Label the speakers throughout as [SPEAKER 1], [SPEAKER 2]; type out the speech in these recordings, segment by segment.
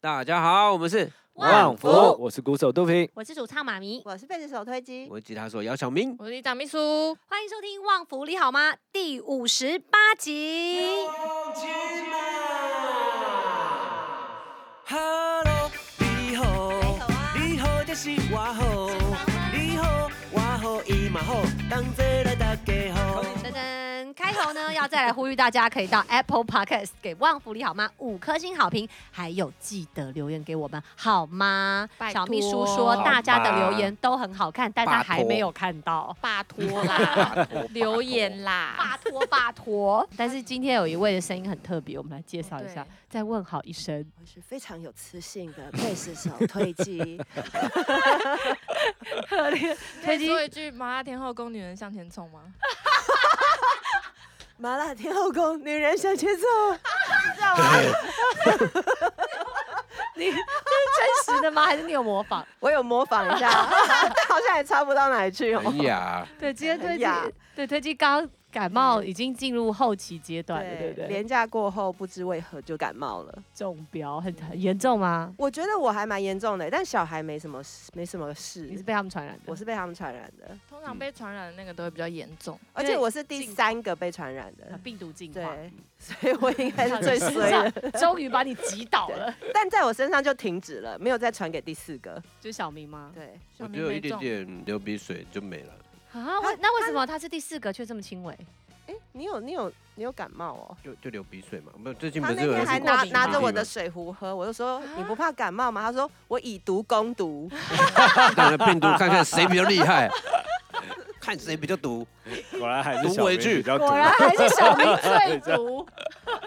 [SPEAKER 1] 大家好，我们是
[SPEAKER 2] 旺福
[SPEAKER 3] 我是鼓手杜平，
[SPEAKER 2] 我是主唱妈咪，
[SPEAKER 4] 我是贝斯手推机，
[SPEAKER 1] 我是吉他手姚晓明。
[SPEAKER 5] 我是长秘书，
[SPEAKER 2] 欢迎收听《旺福你好吗》第五十八集。
[SPEAKER 6] Hello，你好，你好就是我好，你好我好伊嘛好，同齐来大家好。
[SPEAKER 2] 噔噔，开头呢要再来呼吁大家，可以到 Apple Podcast 给旺福利好吗？五颗星好评，还有记得留言给我们好吗？
[SPEAKER 5] 拜
[SPEAKER 2] 小
[SPEAKER 5] 托
[SPEAKER 2] 秘书说
[SPEAKER 5] 好
[SPEAKER 2] 大家的
[SPEAKER 1] 吧
[SPEAKER 2] 留言都很好看，但
[SPEAKER 1] 拜
[SPEAKER 2] 他还
[SPEAKER 1] 托
[SPEAKER 2] 没有看到。
[SPEAKER 5] 拜托 啦，
[SPEAKER 1] 托
[SPEAKER 5] 留言啦，
[SPEAKER 2] 拜托拜托！ 但是今天有一位的声音很特别，我们来介绍一下
[SPEAKER 5] 对。
[SPEAKER 2] 再问好一声，
[SPEAKER 4] 我是非常有磁性的贝斯 手推机，
[SPEAKER 5] 可
[SPEAKER 2] 推
[SPEAKER 5] 以
[SPEAKER 2] 机
[SPEAKER 5] 说一句麻辣天后宫女人向前冲吗？
[SPEAKER 4] 麻辣天后宫女人向前走，知道吗？
[SPEAKER 2] 真实的吗？还是你有模仿？
[SPEAKER 4] 我有模仿 一下，但好像也差不到哪里去哦。
[SPEAKER 1] 哎呀，
[SPEAKER 2] 对，今天推
[SPEAKER 4] 很
[SPEAKER 2] 机
[SPEAKER 4] 雅
[SPEAKER 2] 对推机刚感冒，已经进入后期阶段了，嗯对
[SPEAKER 4] 对
[SPEAKER 2] 不对？
[SPEAKER 4] 廉价过后，不知为何就感冒了。
[SPEAKER 2] 中标很很严重吗？
[SPEAKER 4] 我觉得我还蛮严重的，欸但小孩没什么事，没什么
[SPEAKER 2] 嗯你是
[SPEAKER 4] 事。
[SPEAKER 2] 被他们传染的？
[SPEAKER 4] 我是被他们传染的，
[SPEAKER 5] 通常被传染的那个都会比较严重，
[SPEAKER 4] 而且我是第三个被传染的，
[SPEAKER 2] 病毒进化。
[SPEAKER 4] 对，所以我应该是最衰的。
[SPEAKER 2] 的，终于把你击倒了，
[SPEAKER 4] 但在我身上就停止了，没有再传给第四个。
[SPEAKER 2] 就是小明吗？
[SPEAKER 4] 对，
[SPEAKER 5] 小
[SPEAKER 1] 我
[SPEAKER 5] 明
[SPEAKER 1] 只有
[SPEAKER 5] 没
[SPEAKER 1] 一点
[SPEAKER 5] 中
[SPEAKER 1] 点流鼻水就没了，
[SPEAKER 2] 啊，为那为什么他是第四个却这么轻微？
[SPEAKER 4] 哎，你有你有你有感冒哦？
[SPEAKER 1] 就就流鼻水嘛。没有，最近不
[SPEAKER 4] 他
[SPEAKER 1] 是
[SPEAKER 4] 那
[SPEAKER 1] 有
[SPEAKER 4] 天
[SPEAKER 1] 人
[SPEAKER 4] 还
[SPEAKER 1] 是
[SPEAKER 4] 拿
[SPEAKER 2] 过敏
[SPEAKER 4] 拿
[SPEAKER 2] 吗
[SPEAKER 4] 着我 的水壶喝，我就
[SPEAKER 2] 啊
[SPEAKER 4] 说你不怕感冒吗？他说我以毒攻 毒，
[SPEAKER 1] 让人病毒看看谁比较厉害，看谁比较毒。
[SPEAKER 3] 果然还
[SPEAKER 1] 读
[SPEAKER 3] 是小
[SPEAKER 1] 回
[SPEAKER 3] 明
[SPEAKER 1] 去
[SPEAKER 3] 比较毒
[SPEAKER 2] 果然还是小明最毒，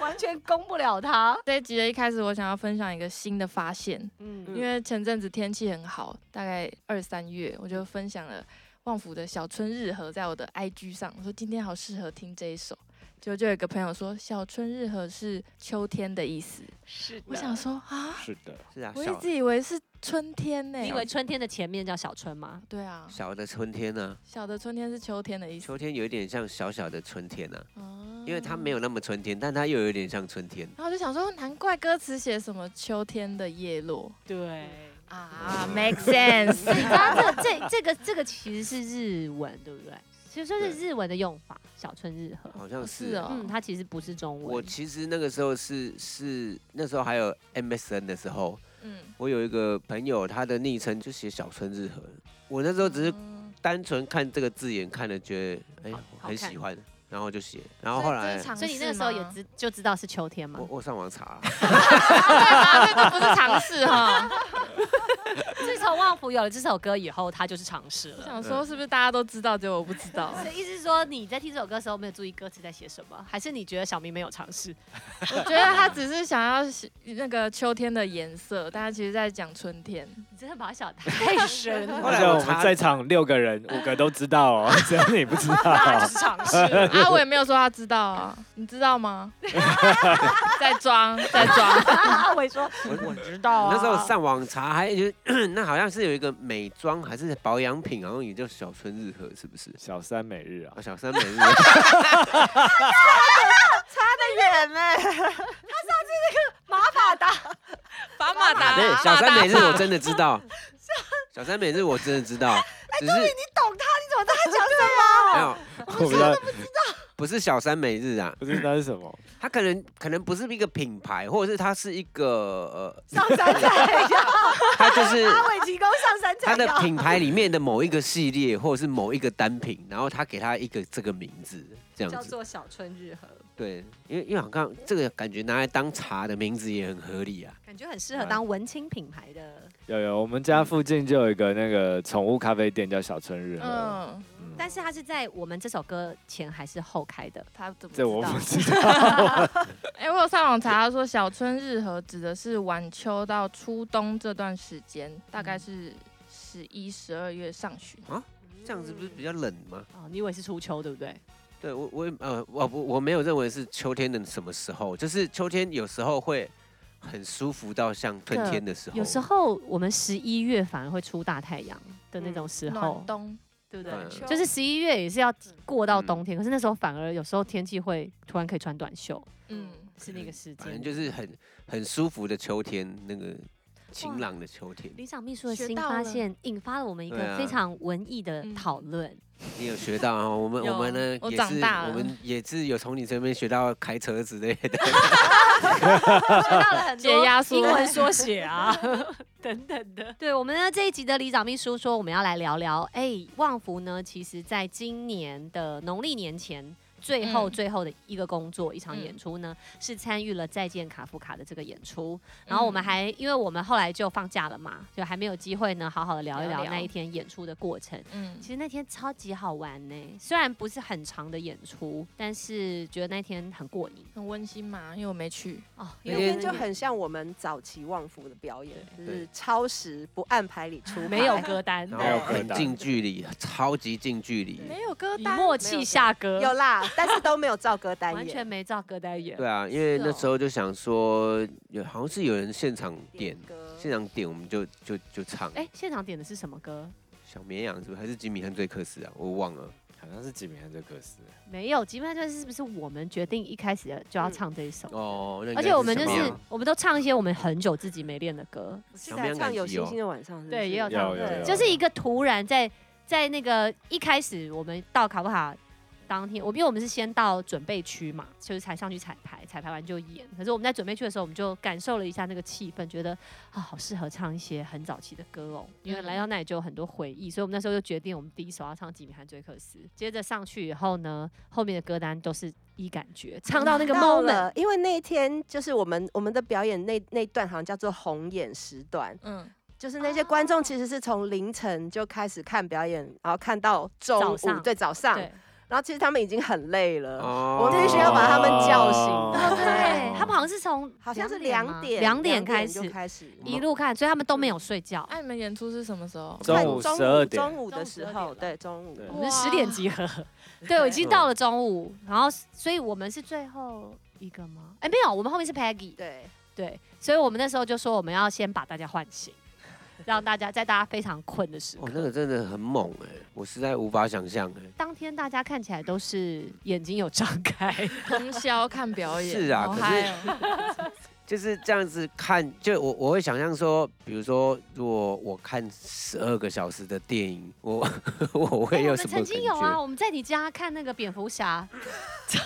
[SPEAKER 2] 完全攻不了他。
[SPEAKER 5] 这一集的一开始，我想要分享一个新的发现，
[SPEAKER 2] 嗯，
[SPEAKER 5] 因为前阵子天气很好，大概二三月，我就分享了旺福的小春日和在我的 IG 上，我说今天好适合听这一首，结果就有一个朋友说小春日和是秋天的意思，
[SPEAKER 2] 是的
[SPEAKER 5] 我想说啊，
[SPEAKER 3] 是的，
[SPEAKER 1] 是啊，
[SPEAKER 5] 我一
[SPEAKER 1] 小
[SPEAKER 5] 直以为是春天呢、
[SPEAKER 2] 你以为春天的前面叫小春吗？
[SPEAKER 5] 对啊，
[SPEAKER 1] 小的春天呢，
[SPEAKER 5] 小的春天是秋天的意思
[SPEAKER 1] 秋，天有一点像小小的春天啊，
[SPEAKER 5] 哦
[SPEAKER 1] 因为它没有那么春天，但它又有点像春天。
[SPEAKER 5] 然后我就想说，难怪歌词写什么秋天的叶落
[SPEAKER 2] 对，
[SPEAKER 5] 啊，make
[SPEAKER 1] 嗯
[SPEAKER 5] sense。
[SPEAKER 2] 你知道这这这个这个其实是日文，对不对？其实说是日文的用法，小春日和。
[SPEAKER 1] 好像
[SPEAKER 5] 哦
[SPEAKER 1] 是
[SPEAKER 5] 是哦
[SPEAKER 2] 嗯，它其实不是中
[SPEAKER 1] 我
[SPEAKER 2] 文。
[SPEAKER 1] 其实那个时候是是那时候还有 MSN 的时候，
[SPEAKER 5] 嗯，
[SPEAKER 1] 我有一个朋友，他的昵称就写小春日和。我那时候只是
[SPEAKER 5] 嗯
[SPEAKER 1] 单纯看这个字眼，看了觉得哎、我
[SPEAKER 2] 好
[SPEAKER 1] 很
[SPEAKER 2] 看
[SPEAKER 1] 喜欢，然后就写。然后后来
[SPEAKER 2] 所以你那个时候也，知就知道是秋天吗啊
[SPEAKER 1] 我？我上网 查，
[SPEAKER 5] 这个不是尝试哈。
[SPEAKER 2] 自从旺福有了这首歌以后，他就是尝试
[SPEAKER 5] 我
[SPEAKER 2] 了。
[SPEAKER 5] 想说是不是大家都知道，结果我不知道。
[SPEAKER 2] 所以意思是说，你在听这首歌的时候没有注意歌词在写什么，还是你觉得小明没有尝试？
[SPEAKER 5] 我觉得他只是想要写那个秋天的颜色，但他其实在讲春 天。
[SPEAKER 2] 你真的把他想太深 了，
[SPEAKER 1] 后
[SPEAKER 3] 而
[SPEAKER 1] 来
[SPEAKER 3] 且
[SPEAKER 1] 我
[SPEAKER 3] 我们
[SPEAKER 1] 查
[SPEAKER 3] 在场六个人，五个都知道哦， 只有你不知
[SPEAKER 2] 他
[SPEAKER 3] 道
[SPEAKER 2] 就。是尝试。
[SPEAKER 5] 啊，我也没有说他知道啊，你知 道吗？在装，在装。
[SPEAKER 2] 阿伟说
[SPEAKER 1] 我我
[SPEAKER 2] 知道啊
[SPEAKER 1] 那时候上网查，还有那好像是 有一个美妆还是保养品，好像也叫小春日和，是不是？
[SPEAKER 3] 小三每日啊
[SPEAKER 1] 啊，，小三美 日，
[SPEAKER 4] 远
[SPEAKER 2] 欸
[SPEAKER 4] 呢，
[SPEAKER 5] 法马达，
[SPEAKER 1] 对，小三美日我
[SPEAKER 5] 真
[SPEAKER 1] 真的知道，小三美日我真的知 道，
[SPEAKER 2] 哎
[SPEAKER 1] 只是
[SPEAKER 4] 懂他，你怎么知道他讲什么？
[SPEAKER 1] 没有
[SPEAKER 3] 我不知道，
[SPEAKER 1] 不是小三美日啊，
[SPEAKER 3] 不知道是什么。
[SPEAKER 1] 它可能可能不是一个品牌，或者是它是一个 呃，
[SPEAKER 4] 上山采 药，
[SPEAKER 1] 它就是
[SPEAKER 4] 阿伟提供上山
[SPEAKER 1] 它
[SPEAKER 4] 采
[SPEAKER 1] 的
[SPEAKER 4] 药。
[SPEAKER 1] 品牌里面的某一个系列，或者是某一个单品，然后他给他一个这个名字，这样子。
[SPEAKER 2] 做小春日和，
[SPEAKER 1] 对，因为因为好像这个感觉拿来当茶的名字也很合理啊。
[SPEAKER 2] 感觉很适合当文青品牌的，
[SPEAKER 3] 有有，我们家附近就有一个那个宠物咖啡店，叫小春日和。
[SPEAKER 5] 嗯，
[SPEAKER 3] 嗯
[SPEAKER 2] 但是它是在我们这首歌前还是后开的？
[SPEAKER 5] 他怎么知
[SPEAKER 3] 这我
[SPEAKER 5] 道
[SPEAKER 3] 不？知道。
[SPEAKER 5] 哎、我有上网查，他说小春日和指的是晚秋到初冬这段时间，大概是十一、十二月上旬。
[SPEAKER 1] 这样子不是比较冷吗？
[SPEAKER 2] 哦，你以为是初秋对不对？
[SPEAKER 1] 对我我也呃我不我没有认为是秋天的什么时候，就是秋天有时候会很舒服到像春天的时候。
[SPEAKER 2] 有时候我们十一月反而会出大太阳的那种时候
[SPEAKER 5] 暖，冬，
[SPEAKER 2] 对不
[SPEAKER 1] 嗯
[SPEAKER 2] 对？就是十一月也是要过到
[SPEAKER 1] 嗯
[SPEAKER 2] 冬天，可是那时候反而有时候天气会突然可以穿短袖。
[SPEAKER 5] 嗯，
[SPEAKER 2] 是那个时
[SPEAKER 1] 反正
[SPEAKER 2] 间。
[SPEAKER 1] 就是很很舒服的秋天，那个晴朗的秋天。
[SPEAKER 2] 李长秘书的
[SPEAKER 5] 学
[SPEAKER 2] 新
[SPEAKER 5] 到
[SPEAKER 2] 发
[SPEAKER 5] 了
[SPEAKER 2] 现，引发了我们一
[SPEAKER 1] 对
[SPEAKER 2] 个
[SPEAKER 1] 啊
[SPEAKER 2] 非常文艺的
[SPEAKER 5] 嗯
[SPEAKER 2] 讨论。
[SPEAKER 1] 你有学到啊？我们
[SPEAKER 5] 有
[SPEAKER 1] 我们呢
[SPEAKER 5] 我
[SPEAKER 1] 也
[SPEAKER 5] 长
[SPEAKER 1] 是
[SPEAKER 5] 大了
[SPEAKER 1] 我们也是有从你这边学到开车之类的。
[SPEAKER 2] 学到了很多
[SPEAKER 5] 解压缩
[SPEAKER 2] 英文缩写啊 等等的。对我们呢这一集的里长秘书说，我们要来聊聊，哎、旺福呢，其实在今年的农历年前。最后
[SPEAKER 5] 嗯
[SPEAKER 2] 最后的一个工作，一场
[SPEAKER 5] 嗯
[SPEAKER 2] 演出呢，是参与了《再见卡夫卡》的这个演出。然后
[SPEAKER 5] 嗯
[SPEAKER 2] 我们还，因为我们后来就放假了嘛，就还没有机会呢，好好的聊一
[SPEAKER 5] 聊
[SPEAKER 2] 聊
[SPEAKER 5] 聊
[SPEAKER 2] 那一天演出的过程。
[SPEAKER 5] 嗯
[SPEAKER 2] 其实那天超级好玩呢、虽然不是很长的演出，但是觉得那天很过瘾
[SPEAKER 5] 很温馨嘛，因为我没去，
[SPEAKER 2] 哦。因
[SPEAKER 4] 那
[SPEAKER 2] 为我
[SPEAKER 4] 天
[SPEAKER 2] 们
[SPEAKER 4] 就
[SPEAKER 2] 也
[SPEAKER 4] 很像我们早期旺福的表演，就
[SPEAKER 1] 对
[SPEAKER 4] 是超时不按牌理出牌，
[SPEAKER 2] 没有歌单，
[SPEAKER 1] 然
[SPEAKER 4] 没有
[SPEAKER 1] 后很
[SPEAKER 3] 回答
[SPEAKER 1] 近距离，超级近距离。
[SPEAKER 4] 哎
[SPEAKER 5] 没有歌
[SPEAKER 4] 哦
[SPEAKER 2] 以
[SPEAKER 5] 单，
[SPEAKER 2] 默契下歌，
[SPEAKER 4] 有啦，但是都没有照歌单
[SPEAKER 2] 完全
[SPEAKER 4] 演。
[SPEAKER 2] 没照歌单演。
[SPEAKER 1] 对啊，因为
[SPEAKER 5] 是
[SPEAKER 1] 那
[SPEAKER 5] 哦
[SPEAKER 1] 时候就想说，有好像是有人现场点，
[SPEAKER 4] 歌
[SPEAKER 1] 现场点我们就就就唱。
[SPEAKER 2] 哎，现场点的是什么歌？
[SPEAKER 1] 小绵羊是不是？还是吉米和最克斯啊？我忘了。
[SPEAKER 3] 好像是几名还是克斯？
[SPEAKER 2] 没有，吉曼顿是不是我们决定一开始就要唱这一首？
[SPEAKER 1] 哦，那应
[SPEAKER 2] 而
[SPEAKER 1] 该
[SPEAKER 2] 且我们就
[SPEAKER 1] 小绵
[SPEAKER 2] 是
[SPEAKER 1] 羊
[SPEAKER 2] 我们都唱一些我们很久自己没练的歌，
[SPEAKER 4] 是
[SPEAKER 1] 小绵
[SPEAKER 4] 在
[SPEAKER 1] 羊
[SPEAKER 4] 唱
[SPEAKER 1] 感
[SPEAKER 4] 有
[SPEAKER 1] 激
[SPEAKER 4] 星
[SPEAKER 1] 哦
[SPEAKER 4] 星的晚上，是不
[SPEAKER 2] 对，啊
[SPEAKER 4] 是
[SPEAKER 2] 也有
[SPEAKER 3] 有
[SPEAKER 2] 唱，
[SPEAKER 3] 有有，
[SPEAKER 2] 就是一个突然在在那个一开始我们到卡布卡当天，我因为我们是先到准备区嘛，就是才上去彩排，彩排完就演。可是我们在准备区的时候，我们就感受了一下那个气氛，觉得啊，好适合唱一些很早期的歌哦，因为
[SPEAKER 5] 嗯
[SPEAKER 2] 来到那里就有很多回忆，所以我们那时候就决定，我们第一首要唱《吉米和追克斯》，接着上去以后呢，后面的歌单都是依感觉，唱到那个
[SPEAKER 4] 到
[SPEAKER 2] moment，
[SPEAKER 4] 了，因为那一天就是我们我们的表演那那一段好像叫做红眼时段，
[SPEAKER 5] 嗯，
[SPEAKER 4] 就是那些观众
[SPEAKER 2] 哦
[SPEAKER 4] 其实是从凌晨就开始看表演，然后看到中
[SPEAKER 2] 早
[SPEAKER 4] 午，
[SPEAKER 2] 上
[SPEAKER 4] 对早上，
[SPEAKER 2] 对
[SPEAKER 4] 然后其实他们已经很累了，
[SPEAKER 1] 哦
[SPEAKER 4] 我们必须要把他们叫醒。
[SPEAKER 3] 哦
[SPEAKER 2] 对，他们好像是从
[SPEAKER 4] 好像是
[SPEAKER 2] 吗
[SPEAKER 4] 两点，
[SPEAKER 2] 两点
[SPEAKER 4] 开
[SPEAKER 2] 开始
[SPEAKER 4] 就。开始。
[SPEAKER 2] 一路看，所以他们都没有睡觉。
[SPEAKER 5] 哎，你们演出是什么时候？
[SPEAKER 3] 中午
[SPEAKER 4] 看
[SPEAKER 3] 12点
[SPEAKER 4] 中午的时候，对，中午。
[SPEAKER 3] 对
[SPEAKER 2] 我们
[SPEAKER 5] 哇
[SPEAKER 2] 十点集合， 对，我已经到了中午，然后所以我们是最后一个吗？哎，没有，我们后面是 Peggy，
[SPEAKER 4] 对，
[SPEAKER 2] 对，所以我们那时候就说我们要先把大家唤醒，让大家在大家非常困的时
[SPEAKER 1] 哦，那个
[SPEAKER 2] 刻。
[SPEAKER 1] 真的很猛哎、我实在无法想象哎、
[SPEAKER 2] 当天大家看起来都是眼睛有张开，
[SPEAKER 5] 通宵看表演，
[SPEAKER 1] 是啊
[SPEAKER 5] 好
[SPEAKER 1] 可是
[SPEAKER 5] 嗨哦，
[SPEAKER 1] 就是这样子看，就我我会想象说，比如说，如果我看十二个小时的电影，我 我会
[SPEAKER 2] 哎我
[SPEAKER 1] 有
[SPEAKER 2] 们
[SPEAKER 1] 什么
[SPEAKER 2] 曾
[SPEAKER 1] 感
[SPEAKER 2] 经有啊，
[SPEAKER 1] 觉？
[SPEAKER 2] 我们在你家看那个蝙蝠侠，从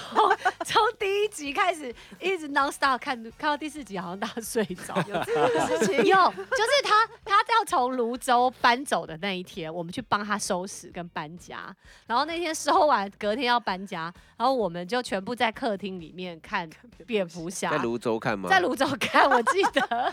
[SPEAKER 2] 从第一集开始一直 non stop 看，看到第四集好像大家睡着。
[SPEAKER 4] 有这件事情。
[SPEAKER 2] 有，就是他，他要从泸州搬走的那一天，我们去帮他收拾跟搬家。然后那天收完，隔天要搬家，然后我们就全部在客厅里面看蝙蝠侠，
[SPEAKER 1] 在泸州看吗？
[SPEAKER 2] 啊在泸州看，我记得。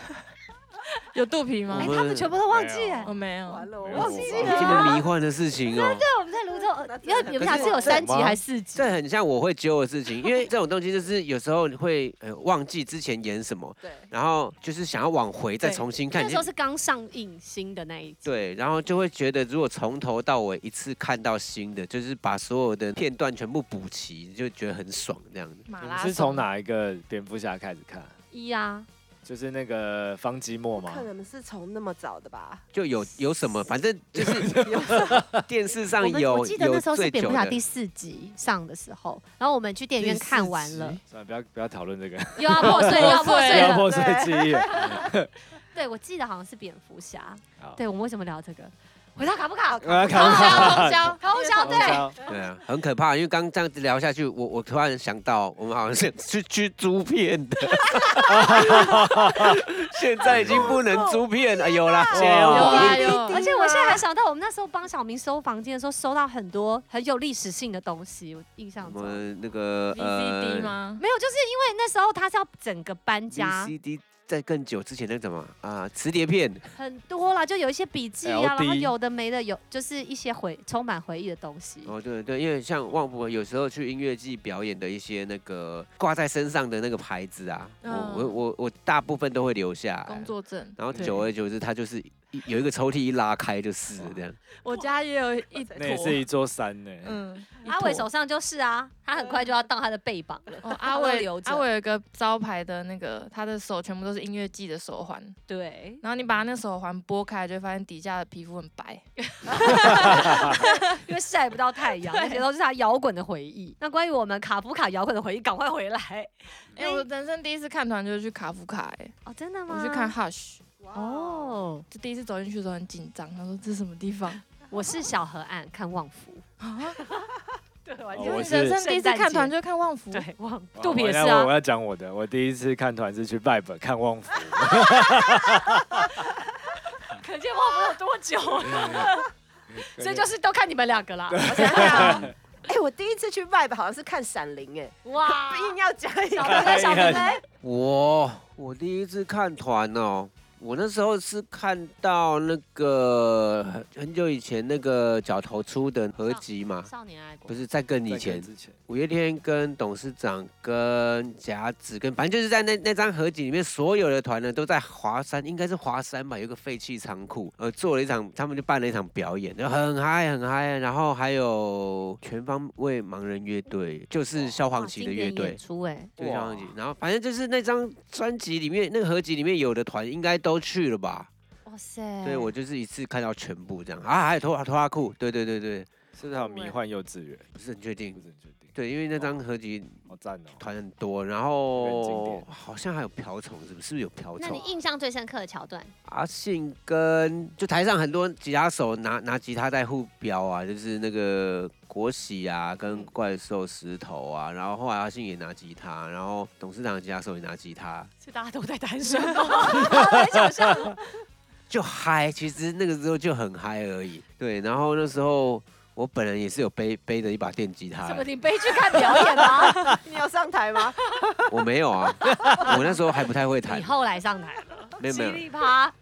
[SPEAKER 5] 有肚皮 吗
[SPEAKER 2] 哎、
[SPEAKER 1] 我？
[SPEAKER 2] 他们全部都忘记了
[SPEAKER 5] 我。没有，
[SPEAKER 4] 完了，我
[SPEAKER 3] 没有
[SPEAKER 4] 忘记
[SPEAKER 3] 我
[SPEAKER 1] 这
[SPEAKER 4] 了。
[SPEAKER 1] 么迷幻的事情哦、
[SPEAKER 2] 对，我们在 泸州，因为蝙蝠侠
[SPEAKER 1] 可
[SPEAKER 2] 是
[SPEAKER 1] 是
[SPEAKER 2] 有三集
[SPEAKER 3] 我
[SPEAKER 2] 还是四集
[SPEAKER 1] 这？很像我会揪的事情，因为这种东西就是有时候你会呃忘记之前演什么，
[SPEAKER 4] 对，
[SPEAKER 1] 然后就是想要往回再
[SPEAKER 5] 对
[SPEAKER 1] 重新看
[SPEAKER 2] 那
[SPEAKER 1] 你
[SPEAKER 2] 时
[SPEAKER 1] 就
[SPEAKER 2] 候是刚上映新的那一集。
[SPEAKER 1] 对，然后就会觉得如果从头到尾一次看到新的，就是把所有的片段全部补齐，就觉得很爽这样子。
[SPEAKER 5] 马
[SPEAKER 3] 你
[SPEAKER 5] 拉
[SPEAKER 3] 们
[SPEAKER 5] 松
[SPEAKER 3] 是从？哪一个蝙蝠侠开始看？
[SPEAKER 2] 一啊，
[SPEAKER 3] 就是那个方积墨吗
[SPEAKER 4] 可？能是从那么早 的吧。
[SPEAKER 1] 就有有什么，反正就是电视上
[SPEAKER 2] 我们
[SPEAKER 1] 有
[SPEAKER 2] 我记得那
[SPEAKER 1] 有
[SPEAKER 2] 时候是
[SPEAKER 1] 最
[SPEAKER 2] 蝙
[SPEAKER 1] 久
[SPEAKER 2] 蝠侠
[SPEAKER 1] 的
[SPEAKER 2] 第。四集上的时候，然后我们去电影院
[SPEAKER 3] 第四
[SPEAKER 2] 看完
[SPEAKER 3] 集
[SPEAKER 2] 了，
[SPEAKER 3] 算了，不要不要讨论这个，
[SPEAKER 2] 又要破碎，又要破
[SPEAKER 3] 不
[SPEAKER 2] 碎
[SPEAKER 3] 要
[SPEAKER 2] 了。
[SPEAKER 3] 破碎记忆。
[SPEAKER 2] 对，我记得好像是蝙蝠侠。
[SPEAKER 3] 好
[SPEAKER 2] 对，我们为什么聊这个？回到卡不 卡？
[SPEAKER 3] 我要
[SPEAKER 2] 通
[SPEAKER 3] 看
[SPEAKER 2] 宵，通宵，通宵，
[SPEAKER 3] 通
[SPEAKER 2] 对。
[SPEAKER 3] 宵
[SPEAKER 1] 对啊，很可怕，因为刚这样子聊下去，我我突然想到，我们好像 是去去租片的，现在已经不能租片
[SPEAKER 2] 哎
[SPEAKER 1] 了，有啦，现在有
[SPEAKER 5] 有
[SPEAKER 3] 哇
[SPEAKER 1] 网
[SPEAKER 5] 啊
[SPEAKER 1] 络
[SPEAKER 5] 有，
[SPEAKER 2] 而且我现在还想到，我们那时候帮小明收房间的时候，收到很多很有历史性的东西，我印象
[SPEAKER 1] 什
[SPEAKER 2] 中。
[SPEAKER 1] 么那个
[SPEAKER 5] VCD 吗？
[SPEAKER 2] 没有，就是因为那时候他是要整个搬
[SPEAKER 1] 呃
[SPEAKER 2] 家，
[SPEAKER 1] ？VCD 在更久之前那个什么啊，磁碟片，
[SPEAKER 2] 很多啦，就有一些笔记啊，然后
[SPEAKER 3] LD
[SPEAKER 2] 有的没的，有就是一些回充满回忆的东西。
[SPEAKER 1] 哦，对对，因为像旺福有时候去音乐季表演的一些那个挂在身上的那个牌子啊，
[SPEAKER 5] 嗯
[SPEAKER 1] 我我我我大部分都会留下来
[SPEAKER 5] 工作证，
[SPEAKER 1] 然后
[SPEAKER 5] 对
[SPEAKER 1] 久而久之，它就是一有一个抽屉一拉开就是这样。
[SPEAKER 5] 我家也有一
[SPEAKER 3] 那也是
[SPEAKER 5] 坨，
[SPEAKER 3] 一座山呢、
[SPEAKER 5] 嗯，一
[SPEAKER 2] 阿伟
[SPEAKER 5] 坨
[SPEAKER 2] 手上就是啊，他很快就要到他的背膀了。
[SPEAKER 5] 哦，阿
[SPEAKER 2] 都
[SPEAKER 5] 伟
[SPEAKER 2] 留着
[SPEAKER 5] 阿伟有一个招牌的那个，他的手全部都是音乐季的手环，
[SPEAKER 2] 对，
[SPEAKER 5] 然后你把他那手环拨开，就会发现底下的皮肤很白。
[SPEAKER 2] 因为晒不到太 阳，那些都是他摇滚的回忆。那关于我们卡夫卡摇滚的回忆，赶快回来
[SPEAKER 5] 哎、我人生第一次看团就是去卡夫卡、哎，
[SPEAKER 2] 哦！真的吗？
[SPEAKER 5] 我去看 Hush，
[SPEAKER 2] 哦，
[SPEAKER 5] 就第一次走进去的时候很紧张，他说这是什么地方？
[SPEAKER 2] 我是小河岸看旺福。对，完全
[SPEAKER 3] 哦 我
[SPEAKER 5] 人
[SPEAKER 3] 是
[SPEAKER 5] 生第一次看团就看旺福，
[SPEAKER 2] 对旺
[SPEAKER 3] 哦
[SPEAKER 2] 肚皮也是
[SPEAKER 3] 那
[SPEAKER 2] 啊
[SPEAKER 3] 我我。要讲我的，我第一次看团是去拜本看旺福，
[SPEAKER 2] 可见旺福有多久， 所以就是都看你们两个啦。
[SPEAKER 4] 我想想哦，哎，我第一次去 Vibe 好像是看《闪灵》，哎，
[SPEAKER 2] 哇，
[SPEAKER 4] 硬要讲一
[SPEAKER 2] 小
[SPEAKER 4] 个。
[SPEAKER 2] 哥哥，小哥哥，
[SPEAKER 1] 我我第一次看团哦，我那时候是看到那个很很久以前那个角头出的合集嘛，
[SPEAKER 2] 少年爱国
[SPEAKER 1] 不，是在更以前，
[SPEAKER 3] 之前
[SPEAKER 1] 五月天跟董事长跟甲子跟，反正就是在那那张合集里面，所有的团呢都在华山，应该是华山吧，有一个废弃仓库，呃，做了一场，他们就办了一场表演，就很嗨很嗨。然后还有全方位盲人乐队，就是萧煌奇的乐队
[SPEAKER 2] 演，出哎，
[SPEAKER 1] 对萧煌奇。然后反正就是那张专辑里面，那个合集里面有的团应该都去了吧？
[SPEAKER 2] 哇塞！
[SPEAKER 1] 对，我就是一次看到全部这样啊，还有拖拖拉裤，对对对对，
[SPEAKER 3] 是不是还有迷幻幼稚园？
[SPEAKER 1] 不是很确定
[SPEAKER 3] 不。是很确定，
[SPEAKER 1] 对，因为那张合集
[SPEAKER 3] 好赞哦、
[SPEAKER 1] 团很多，然
[SPEAKER 3] 很经
[SPEAKER 1] 后
[SPEAKER 3] 典
[SPEAKER 1] 好像还有瓢虫，是不是？是不是有瓢
[SPEAKER 2] 那
[SPEAKER 1] 虫
[SPEAKER 2] 你？印象最深刻的桥段？
[SPEAKER 1] 阿信跟就台上很多吉他手拿拿吉他在互飙啊，就是那个国喜啊，跟怪兽石头
[SPEAKER 2] 嗯
[SPEAKER 1] 啊，然后后来阿信也拿吉他，然后董事长的吉他手也拿吉他，
[SPEAKER 2] 是大家都在单 身吗？很想象。
[SPEAKER 1] 就嗨，其实那个时候就很嗨而已。对，然后那时候我本人也是有背背着一把电吉他
[SPEAKER 2] 什么？
[SPEAKER 1] 欸，
[SPEAKER 2] 你背去看表 演吗？
[SPEAKER 4] 你有上台吗？
[SPEAKER 1] 我没有 啊，我那时候还不太会弹
[SPEAKER 2] 你，后来上台了，
[SPEAKER 1] 没有没有
[SPEAKER 2] 犀利趴。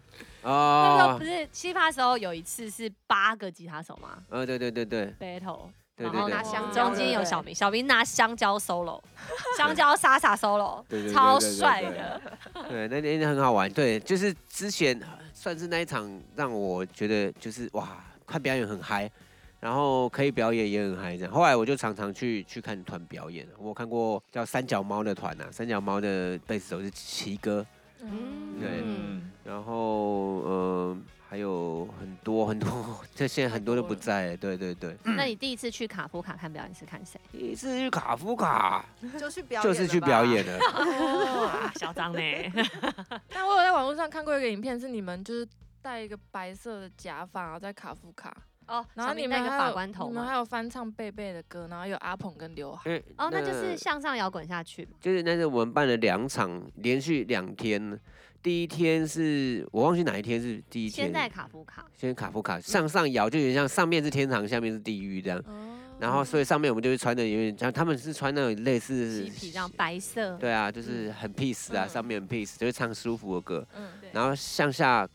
[SPEAKER 2] 那时候
[SPEAKER 1] 啊
[SPEAKER 2] 不，是犀利趴的时候，有一次是八个吉他手嘛
[SPEAKER 1] 呃，对对对对
[SPEAKER 2] battle，
[SPEAKER 1] 对
[SPEAKER 2] 然
[SPEAKER 1] 对
[SPEAKER 2] 后
[SPEAKER 1] 对
[SPEAKER 2] 拿
[SPEAKER 5] 拿香
[SPEAKER 2] 香
[SPEAKER 5] 蕉
[SPEAKER 2] 中间有小明，小明拿香蕉 solo，香蕉傻傻 solo，
[SPEAKER 3] 对对对对对对
[SPEAKER 2] 超帅的。
[SPEAKER 1] 对，那天很好玩。对，就是之前呃算是那一场让我觉得就是哇，看表演很嗨，然后可以表演也很嗨这样。后来我就常常去去看团表演，我看过叫三脚猫的团啊，三脚猫的贝斯手是奇哥，
[SPEAKER 5] 嗯，
[SPEAKER 1] 对
[SPEAKER 3] 嗯，
[SPEAKER 1] 然后呃还有很多很多，这现在很多都不在了。对对对，
[SPEAKER 2] 嗯那你第一次去卡夫卡看表演是看 谁？
[SPEAKER 1] 第一次去卡夫卡
[SPEAKER 4] 就去表演，
[SPEAKER 1] 就是去表。演 了。
[SPEAKER 2] 哇，嚣张呢？
[SPEAKER 5] 但哦我有在网络上看过一个影片，是你们就是戴一个白色的假发，然后在卡夫卡，
[SPEAKER 2] 哦，
[SPEAKER 5] 然后
[SPEAKER 2] 小
[SPEAKER 5] 你
[SPEAKER 2] 明
[SPEAKER 5] 们
[SPEAKER 2] 戴
[SPEAKER 5] 还
[SPEAKER 2] 个
[SPEAKER 5] 有
[SPEAKER 2] 法官头
[SPEAKER 5] 你们
[SPEAKER 2] 嘛。
[SPEAKER 5] 还有翻唱贝贝的歌，然后有阿鹏跟刘海。
[SPEAKER 1] 因为
[SPEAKER 2] 哦，那
[SPEAKER 1] 呃
[SPEAKER 2] 就是向上摇滚下去嘛。
[SPEAKER 1] 就是那是我们办了两场，连续两天。第一天是我忘记哪一天是第一天，
[SPEAKER 2] 先在卡夫卡，
[SPEAKER 1] 先卡夫卡上上摇，就有点像上面是天堂，下面是地狱这样。
[SPEAKER 5] 哦
[SPEAKER 1] 然后所以上面我们就会穿的有点像，他们是穿那种类似
[SPEAKER 2] 嬉皮这样白色。
[SPEAKER 1] 对啊，就是很 peace 啊，
[SPEAKER 5] 嗯
[SPEAKER 1] 上面很 peace，就会唱舒服的歌。
[SPEAKER 5] 嗯，
[SPEAKER 2] 对嗯
[SPEAKER 1] 然后向下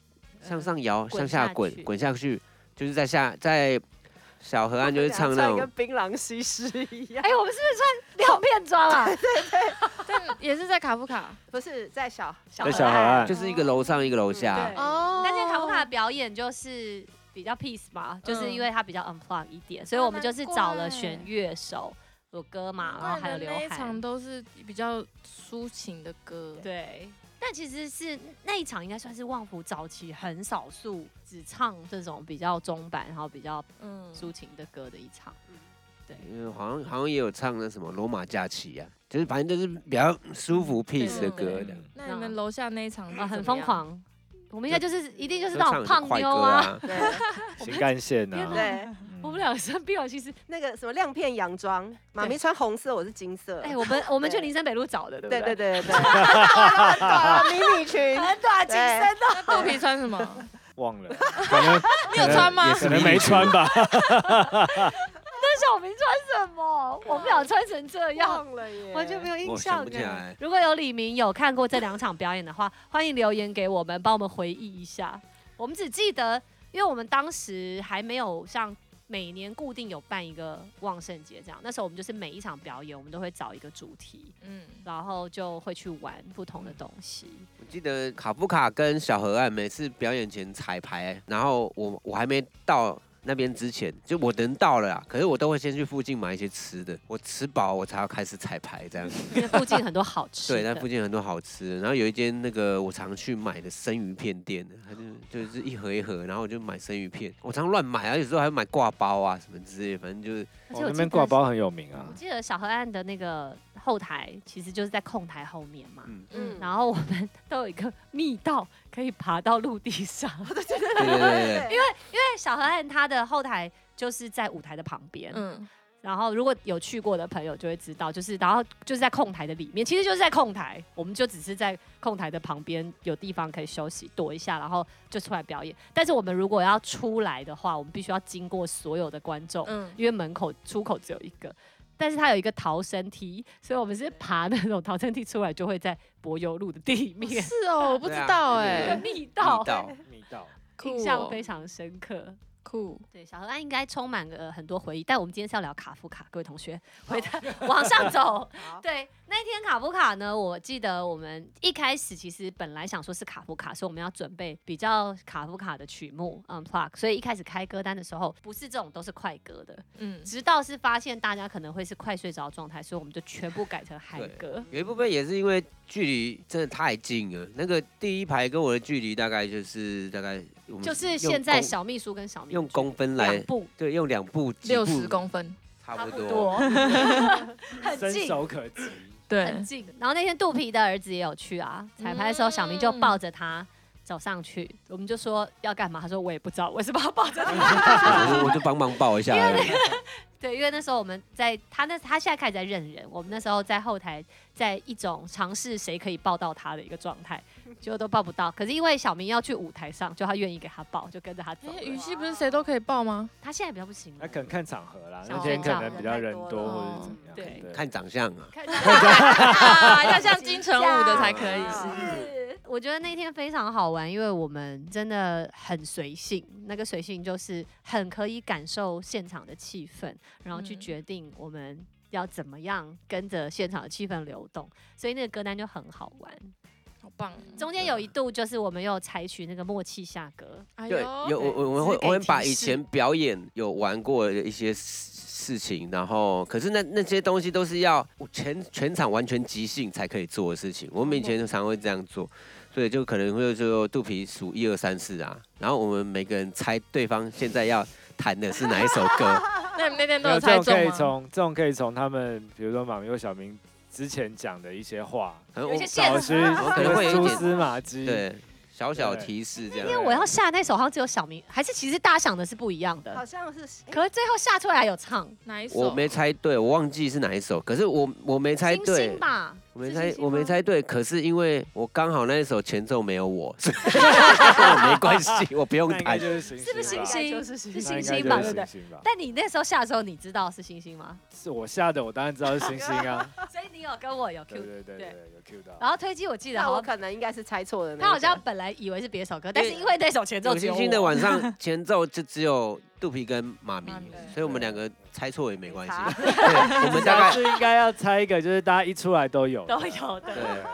[SPEAKER 1] 向上摇，向
[SPEAKER 2] 滚
[SPEAKER 1] 下
[SPEAKER 2] 下
[SPEAKER 1] 滚
[SPEAKER 2] 去
[SPEAKER 1] 滚下去，就是在下在小河岸就
[SPEAKER 4] 对
[SPEAKER 1] 是
[SPEAKER 4] 啊
[SPEAKER 1] 唱那
[SPEAKER 4] 跟
[SPEAKER 1] 种。
[SPEAKER 4] 槟榔西施一样，
[SPEAKER 2] 哎，我们是不是穿两片装啊？
[SPEAKER 5] 但也是在卡夫卡
[SPEAKER 4] 不是在小
[SPEAKER 2] 啊
[SPEAKER 4] 小
[SPEAKER 3] 在
[SPEAKER 4] 河
[SPEAKER 3] 小河岸
[SPEAKER 1] 就是一个楼上一个楼
[SPEAKER 2] 嗯
[SPEAKER 1] 下
[SPEAKER 4] 对，
[SPEAKER 5] 哦
[SPEAKER 2] 但是卡夫卡的表演就是比较 peace 嘛，就是因为它比较 unplug 一点，所以我们就是找了弦乐手、有歌嘛，然后还有刘
[SPEAKER 5] 那一
[SPEAKER 2] 海
[SPEAKER 5] 场。都是比较抒情的歌，
[SPEAKER 2] 对，但其实是那一场应该算是旺福早期很少数只唱这种比较中版，然后比较
[SPEAKER 5] 嗯，
[SPEAKER 2] 抒情的歌的一场。
[SPEAKER 1] 因为好像好像也有唱那什么《罗马假期》啊，就是反正就是比较舒服 peace 的歌
[SPEAKER 5] 对
[SPEAKER 2] 嗯
[SPEAKER 1] 的，
[SPEAKER 3] 嗯
[SPEAKER 5] 那你们楼下那一场是
[SPEAKER 2] 啊，很
[SPEAKER 5] 怎么
[SPEAKER 2] 疯
[SPEAKER 5] 样，
[SPEAKER 2] 狂。我们应该就是一定就是
[SPEAKER 1] 就
[SPEAKER 2] 那
[SPEAKER 1] 唱
[SPEAKER 2] 种
[SPEAKER 1] 很
[SPEAKER 2] 胖
[SPEAKER 1] 快
[SPEAKER 2] 妞
[SPEAKER 1] 歌
[SPEAKER 2] 啊，
[SPEAKER 1] 啊。
[SPEAKER 4] 对
[SPEAKER 3] 新干线
[SPEAKER 2] 天 哪
[SPEAKER 3] 啊，
[SPEAKER 4] 对，
[SPEAKER 2] 我们两个生病了，其实
[SPEAKER 4] 那个什么亮片洋装，妈咪穿红色，我是金色。
[SPEAKER 2] 哎，我们我们去
[SPEAKER 4] 对
[SPEAKER 2] 林森北路找的，对不
[SPEAKER 4] 对对
[SPEAKER 2] 对？
[SPEAKER 4] 对对 对，很短迷你裙，
[SPEAKER 2] 很短，紧身的。
[SPEAKER 5] 那肚皮穿 什么？
[SPEAKER 3] 忘了，
[SPEAKER 1] 啊
[SPEAKER 3] 可能
[SPEAKER 5] 你有穿吗
[SPEAKER 1] 也？
[SPEAKER 3] 可能没穿吧，
[SPEAKER 2] 那小明穿什么？我们俩穿成这样，
[SPEAKER 4] 忘了耶，
[SPEAKER 2] 完全没有印
[SPEAKER 1] 我
[SPEAKER 2] 象
[SPEAKER 1] 想不起
[SPEAKER 2] 哎
[SPEAKER 1] 来
[SPEAKER 2] 如果有李明有看过这两场表演的话，欢迎留言给我们，帮我们回忆一下。我们只记得，因为我们当时还没有像每年固定有办一个万圣节这样，那时候我们就是每一场表演，我们都会找一个主题，
[SPEAKER 5] 嗯，
[SPEAKER 2] 然后就会去玩不同的东 西。
[SPEAKER 1] 我记得卡夫卡跟小河岸每次表演前彩排，然后我我还没到那边之前，就我人到了啊啦，可是我都会先去附近买一些吃的，我吃饱我才要开始彩排这样。
[SPEAKER 2] 因为附近很多好吃
[SPEAKER 1] 对，
[SPEAKER 2] 的。
[SPEAKER 1] 那附近有很多好吃的，然后有一间那个我常去买的生鱼片店，它就就是一盒一盒，然后我就买生鱼片，我常乱买啊，有时候还买挂包啊什么之类的，反正就是
[SPEAKER 2] 而
[SPEAKER 3] 哦
[SPEAKER 2] 且我
[SPEAKER 3] 那
[SPEAKER 2] 记
[SPEAKER 3] 边
[SPEAKER 2] 得
[SPEAKER 3] 挂包很有名
[SPEAKER 2] 我
[SPEAKER 3] 啊。
[SPEAKER 2] 记得小河岸的那个后台，其实就是在控台后面嘛。
[SPEAKER 1] 嗯，
[SPEAKER 4] 嗯，
[SPEAKER 2] 然后我们都有一个密道可以爬到陆地上，
[SPEAKER 1] 对对对对 对，
[SPEAKER 4] 因为
[SPEAKER 2] 因为小河岸它的后台就是在舞台的旁边。
[SPEAKER 5] 嗯，
[SPEAKER 2] 然后如果有去过的朋友就会知道，就是然后就是在控台的里面，其实就是在控台，我们就只是在控台的旁边有地方可以休息躲一下，然后就出来表演。但是我们如果要出来的话，我们必须要经过所有的观众，
[SPEAKER 5] 嗯
[SPEAKER 2] 因为门口出口只有一个。但是它有一个逃生梯，所以我们是爬那种逃生梯出来，就会在柏油路的地面。
[SPEAKER 5] 是哦，我不知道
[SPEAKER 1] 对啊
[SPEAKER 5] 哎，
[SPEAKER 2] 密道
[SPEAKER 1] 地，道
[SPEAKER 3] 密道，
[SPEAKER 5] 酷
[SPEAKER 2] 印象
[SPEAKER 5] 哦
[SPEAKER 2] 非常深刻。
[SPEAKER 5] 酷，
[SPEAKER 2] 对，小河岸应该充满了很多回忆。但我们今天是要聊卡夫卡，各位同学，回答往上 走。对，那一天卡夫卡呢？我记得我们一开始其实本来想说是卡夫卡，所以我们要准备比较卡夫卡的曲目，嗯，plug。所以一开始开歌单的时候，不是这种都是快歌的，
[SPEAKER 5] 嗯，
[SPEAKER 2] 直到是发现大家可能会是快睡着的状态，所以我们就全部改成嗨歌。
[SPEAKER 1] 有一部分也是因为距离真的太近了，那个第一排跟我的距离大概就是大概我们
[SPEAKER 2] 就是
[SPEAKER 1] 用
[SPEAKER 2] 现在
[SPEAKER 1] 公
[SPEAKER 2] 小秘书跟小秘
[SPEAKER 1] 用公分来
[SPEAKER 2] 两步
[SPEAKER 1] 对，用两步几
[SPEAKER 5] 六
[SPEAKER 1] 步
[SPEAKER 5] 十公分，
[SPEAKER 1] 差不多，
[SPEAKER 2] 很
[SPEAKER 3] 伸
[SPEAKER 2] 近。
[SPEAKER 3] 手可及。
[SPEAKER 5] 对
[SPEAKER 2] 很，近。然后那天肚皮的儿子也有去啊，彩排的时候小明就抱着他走上去，我们就说要干嘛，他说我也不知道，我是把他抱着他。
[SPEAKER 1] 我就我就帮忙抱一 下而已。
[SPEAKER 2] 对，因为那时候我们在他那他现在开始在认人，我们那时候在后台在一种尝试谁可以抱到他的一个状态，结果都抱不到。可是因为小明要去舞台上，就他愿意给他抱，就跟着他走
[SPEAKER 5] 哎，
[SPEAKER 2] 了。
[SPEAKER 5] 语气不是谁都可以报吗？
[SPEAKER 2] 他现在比较不行
[SPEAKER 3] 那
[SPEAKER 2] 了。
[SPEAKER 3] 可能看场合啦，
[SPEAKER 4] 小
[SPEAKER 3] 那天可能比较人多
[SPEAKER 5] 哦
[SPEAKER 3] 或者是怎么样。
[SPEAKER 2] 对
[SPEAKER 1] 看长相啊，
[SPEAKER 2] 看
[SPEAKER 5] 啊，要像金城武的才可以，
[SPEAKER 4] 是
[SPEAKER 2] 我觉得那天非常好玩，因为我们真的很随性，那个随性就是很可以感受现场的气氛，然后去
[SPEAKER 5] 嗯
[SPEAKER 2] 决定我们要怎么样跟着现场的气氛流动，所以那个歌单就很好玩。
[SPEAKER 1] 嗯
[SPEAKER 5] 好棒哦。
[SPEAKER 2] 中间有一度就是我们有采取那个默契下歌，
[SPEAKER 5] 哎
[SPEAKER 1] 对，
[SPEAKER 5] 呦
[SPEAKER 1] 有我我我
[SPEAKER 5] 只
[SPEAKER 1] 会
[SPEAKER 5] 是给
[SPEAKER 1] 我会把
[SPEAKER 5] 提
[SPEAKER 1] 以
[SPEAKER 5] 示
[SPEAKER 1] 前表演有玩过的一些事事情，然后可是那那些东西都是要全全场完全即兴才可以做的事情。我们以前常会这样做，所以就可能会说肚皮数一二三四啊，然后我们每个人猜对方现在要弹的是哪一首歌，
[SPEAKER 5] 那你那天都
[SPEAKER 3] 没
[SPEAKER 5] 有
[SPEAKER 3] 有
[SPEAKER 5] 猜
[SPEAKER 3] 这种可
[SPEAKER 5] 中
[SPEAKER 3] 以
[SPEAKER 2] 啊
[SPEAKER 5] 吗？
[SPEAKER 3] 从这种可以从他们，比如说马明或小明之前讲的一些话，
[SPEAKER 1] 可能
[SPEAKER 2] 有一
[SPEAKER 1] 我
[SPEAKER 2] 些线
[SPEAKER 3] 找
[SPEAKER 2] 索。
[SPEAKER 3] 寻
[SPEAKER 1] 可能会有一
[SPEAKER 3] 蛛
[SPEAKER 1] 点
[SPEAKER 3] 丝马迹。，
[SPEAKER 1] 对小小提示这样。
[SPEAKER 2] 因为我要下那首好像只有小明，还是其实大家想的是不一样
[SPEAKER 4] 好
[SPEAKER 2] 的，
[SPEAKER 4] 像是
[SPEAKER 2] 可是最后下出来有唱
[SPEAKER 5] 哪一首？
[SPEAKER 1] 我没猜对，我忘记是哪一首，可是我我没猜
[SPEAKER 2] 星
[SPEAKER 1] 对
[SPEAKER 2] 星，吧。
[SPEAKER 1] 我没
[SPEAKER 2] 是
[SPEAKER 1] 猜
[SPEAKER 2] 星，星
[SPEAKER 1] 我没
[SPEAKER 2] 吗
[SPEAKER 1] 猜对，可是因为我刚好那一首前奏没有 我，所以我没关系，我不用
[SPEAKER 3] 那应该
[SPEAKER 1] 弹。
[SPEAKER 3] 就是行
[SPEAKER 2] 是不是星
[SPEAKER 3] 吧
[SPEAKER 2] 星？
[SPEAKER 4] 是
[SPEAKER 2] 是
[SPEAKER 3] 那
[SPEAKER 2] 星
[SPEAKER 3] 应该
[SPEAKER 2] 星
[SPEAKER 3] 就
[SPEAKER 2] 吧，
[SPEAKER 3] 是
[SPEAKER 2] 对不对？
[SPEAKER 3] 星星吧
[SPEAKER 2] 但你那时候下的时候，你知道是星星 吗？
[SPEAKER 3] 是我下的，我当然知道是星星 啊。
[SPEAKER 2] 所以你有跟我有 Q
[SPEAKER 3] 对对对
[SPEAKER 2] 对
[SPEAKER 3] 对，有 Q 到。
[SPEAKER 2] 然后推机我记得
[SPEAKER 4] 那
[SPEAKER 2] 好
[SPEAKER 4] 我
[SPEAKER 2] 像
[SPEAKER 4] 可能应该是猜错的那一个。
[SPEAKER 2] 他好像本来以为是别首歌，但是因为那首前奏
[SPEAKER 1] 有
[SPEAKER 2] 只有
[SPEAKER 1] 星
[SPEAKER 2] 我
[SPEAKER 1] 星的晚 上前奏就只有肚皮跟马明
[SPEAKER 5] 马明，
[SPEAKER 1] 所以我们两个猜错也没关系。
[SPEAKER 4] 没
[SPEAKER 1] 对，我们大
[SPEAKER 3] 下
[SPEAKER 1] 概
[SPEAKER 3] 次应该要猜一个，就是大家一出来都有的
[SPEAKER 2] 都有
[SPEAKER 1] 对
[SPEAKER 2] 的，，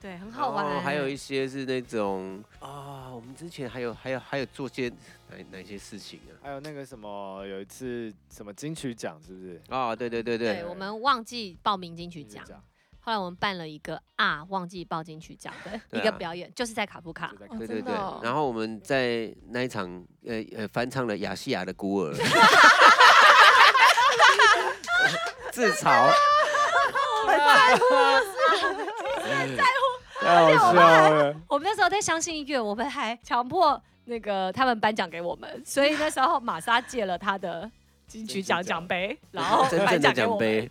[SPEAKER 2] 对，很
[SPEAKER 1] 然
[SPEAKER 2] 好
[SPEAKER 1] 后
[SPEAKER 2] 玩。
[SPEAKER 1] 还有一些是那种啊，我们之前还有还有还有做些哪哪些事情啊？
[SPEAKER 3] 还有那个什么，有一次什么金曲奖是不是？
[SPEAKER 1] 哦，对对对对
[SPEAKER 2] 对，我们忘记报名金曲
[SPEAKER 3] 金
[SPEAKER 2] 奖
[SPEAKER 3] 曲，奖
[SPEAKER 2] 后来我们办了一个啊忘记报金曲奖的
[SPEAKER 1] 对
[SPEAKER 2] 一
[SPEAKER 1] 啊
[SPEAKER 2] 个表演，就是在卡夫卡
[SPEAKER 3] 就。在
[SPEAKER 5] 哦
[SPEAKER 1] 对对
[SPEAKER 5] 真的
[SPEAKER 1] 对
[SPEAKER 5] 哦，
[SPEAKER 1] 然后我们在那一场呃呃翻唱了《雅西亚的孤儿》， 自嘲，
[SPEAKER 3] 太好笑了。
[SPEAKER 2] 我们那时候在相信音乐，我们还强迫那个他们颁奖给我们， 所以那时候玛莎借了他的金曲奖
[SPEAKER 3] 金曲奖
[SPEAKER 2] 奖杯，然后
[SPEAKER 5] 哦
[SPEAKER 1] 真
[SPEAKER 2] 颁
[SPEAKER 1] 正的
[SPEAKER 2] 奖给
[SPEAKER 1] 奖
[SPEAKER 2] 我们。
[SPEAKER 1] 杯，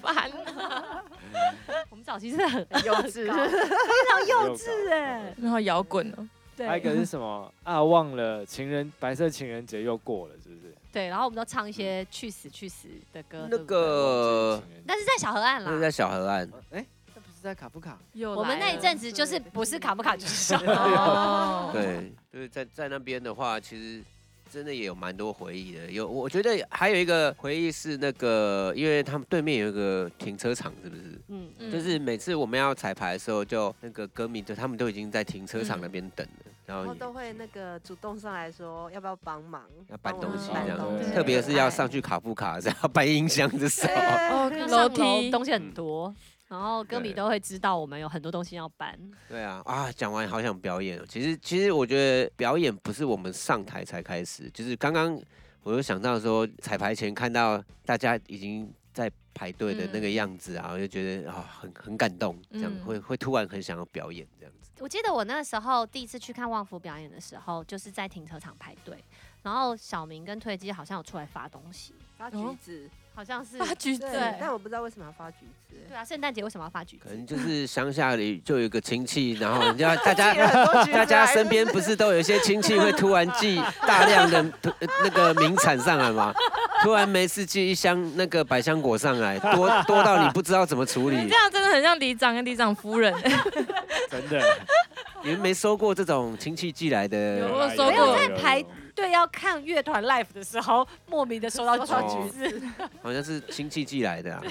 [SPEAKER 5] 烦啊，
[SPEAKER 2] 我们早期真的很
[SPEAKER 4] 很幼 稚，
[SPEAKER 2] 非常幼
[SPEAKER 3] 幼
[SPEAKER 2] 稚
[SPEAKER 3] 稚
[SPEAKER 2] 哎，
[SPEAKER 5] 然后摇滚哦，
[SPEAKER 1] 哎
[SPEAKER 3] 还有一
[SPEAKER 2] 对
[SPEAKER 3] 个是什么啊？忘了情人白色情人节又过了，是不是？
[SPEAKER 2] 对，然后我们都唱一些去死去死的歌，
[SPEAKER 1] 那
[SPEAKER 2] 对不对
[SPEAKER 1] 个
[SPEAKER 3] 忘记情人节
[SPEAKER 2] 但是在小河岸
[SPEAKER 1] 那
[SPEAKER 2] 啦
[SPEAKER 1] 在。小河岸，
[SPEAKER 3] 哎，那不是在卡夫卡？
[SPEAKER 5] 又
[SPEAKER 2] 我们那一阵子就 是不是卡不卡就是小河岸，
[SPEAKER 5] 哦，
[SPEAKER 1] 对，就是在在那边的话，其实真的也有蛮多回忆的。有，我觉得还有一个回忆是那个，因为他们对面有一个停车场，是不是？
[SPEAKER 2] 嗯，
[SPEAKER 5] 嗯
[SPEAKER 1] 就是每次我们要彩排的时候，就那个歌迷就他们都已经在停车场那边等了，然后
[SPEAKER 4] 然
[SPEAKER 5] 嗯哦
[SPEAKER 4] 后
[SPEAKER 1] 你
[SPEAKER 4] 都会那个主动上来说要不要帮忙，
[SPEAKER 1] 要搬
[SPEAKER 4] 帮我
[SPEAKER 1] 东
[SPEAKER 4] 们
[SPEAKER 1] 西
[SPEAKER 4] 搬
[SPEAKER 1] 这
[SPEAKER 4] 东
[SPEAKER 1] 样
[SPEAKER 4] 西
[SPEAKER 5] 对
[SPEAKER 1] 特别是要上去卡夫卡， 然后搬音箱的 时候，
[SPEAKER 5] 哦，
[SPEAKER 2] 因为
[SPEAKER 5] 楼
[SPEAKER 2] 上楼
[SPEAKER 5] 梯
[SPEAKER 2] 东西很
[SPEAKER 1] 嗯
[SPEAKER 2] 多，然后歌迷
[SPEAKER 1] 对
[SPEAKER 2] 都会知道我们有很多东西要搬。
[SPEAKER 1] 对啊，啊，讲完好想表演哦。其实，其实我觉得表演不是我们上台才开始，就是刚刚我又想到说，彩排前看到大家已经在排队的那个样子啊，我就觉得啊、很很感动，这样、
[SPEAKER 5] 嗯
[SPEAKER 1] 会会突然很想要表演这样子。
[SPEAKER 2] 我记得我那时候第一次去看旺福表演的时候，就是在停车场排队，然后小明跟推机好像有出来发东西，
[SPEAKER 4] 发橘子，
[SPEAKER 2] 好像
[SPEAKER 1] 啊
[SPEAKER 2] 是
[SPEAKER 5] 发橘子
[SPEAKER 4] 对，
[SPEAKER 2] 对
[SPEAKER 4] 但我不知道为什么要发橘子，
[SPEAKER 2] 对啊，圣诞节为什么要发橘
[SPEAKER 1] 可
[SPEAKER 2] 子？
[SPEAKER 1] 能就是乡下里就有一个亲戚，然后人家大家
[SPEAKER 4] 寄了很多橘子
[SPEAKER 1] 大家
[SPEAKER 4] 来
[SPEAKER 1] 身边不是都有一些亲戚会突然寄大量的呃那个名产上来吗？突然没事寄一箱那个百香果上来，多多到你不知道怎么处理
[SPEAKER 2] 嗯
[SPEAKER 5] 你哎这。样真的很像里长跟里长 夫人，
[SPEAKER 3] 真的
[SPEAKER 1] 你们没收过这种亲戚寄来
[SPEAKER 5] 有
[SPEAKER 1] 的？
[SPEAKER 5] 我收
[SPEAKER 3] 哎
[SPEAKER 2] 没有
[SPEAKER 5] 过
[SPEAKER 2] 在排队要看乐团 live 的时候，莫名的收到橘
[SPEAKER 1] 橘
[SPEAKER 2] 子，
[SPEAKER 1] 好像是亲戚寄来的啊。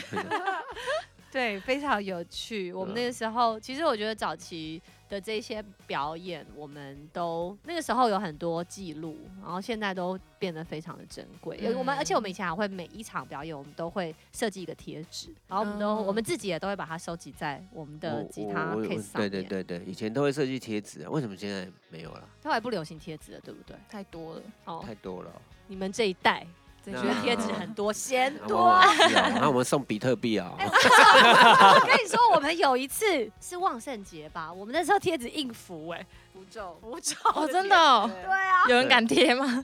[SPEAKER 2] 对，非常有趣。我们
[SPEAKER 1] 嗯
[SPEAKER 2] 那个时候，其实我觉得早期的这些表演，我们都那个时候有很多记录，然后现在都变得非常的珍贵。
[SPEAKER 5] 嗯
[SPEAKER 2] 我们而且我们以前还会每一场表演，我们都会设计一个贴纸，然后我们都、
[SPEAKER 5] 哦
[SPEAKER 2] 我们自己也都会把它收集在我们的吉他
[SPEAKER 1] 我我
[SPEAKER 2] case 上
[SPEAKER 1] 对
[SPEAKER 2] 面。
[SPEAKER 1] 对，对对，以前都会设计贴纸啊，为什么现在没有了？
[SPEAKER 2] 后来不流行贴纸了，对不对？
[SPEAKER 5] 太多了，
[SPEAKER 2] 哦，
[SPEAKER 1] 太嗯多了哦。
[SPEAKER 2] 你们这一代
[SPEAKER 5] 真
[SPEAKER 1] 那
[SPEAKER 2] 觉得贴纸 很多，嫌
[SPEAKER 1] 那
[SPEAKER 2] 多。
[SPEAKER 1] 我们是哦那我们送比特币啊。
[SPEAKER 2] 哎我跟你说，我们有一次是万圣节吧，我们那时候贴纸印符哎、
[SPEAKER 4] 符咒，
[SPEAKER 2] 符咒
[SPEAKER 5] 哦，真的哦，
[SPEAKER 4] 对
[SPEAKER 2] 对啊，
[SPEAKER 5] 有人敢贴吗？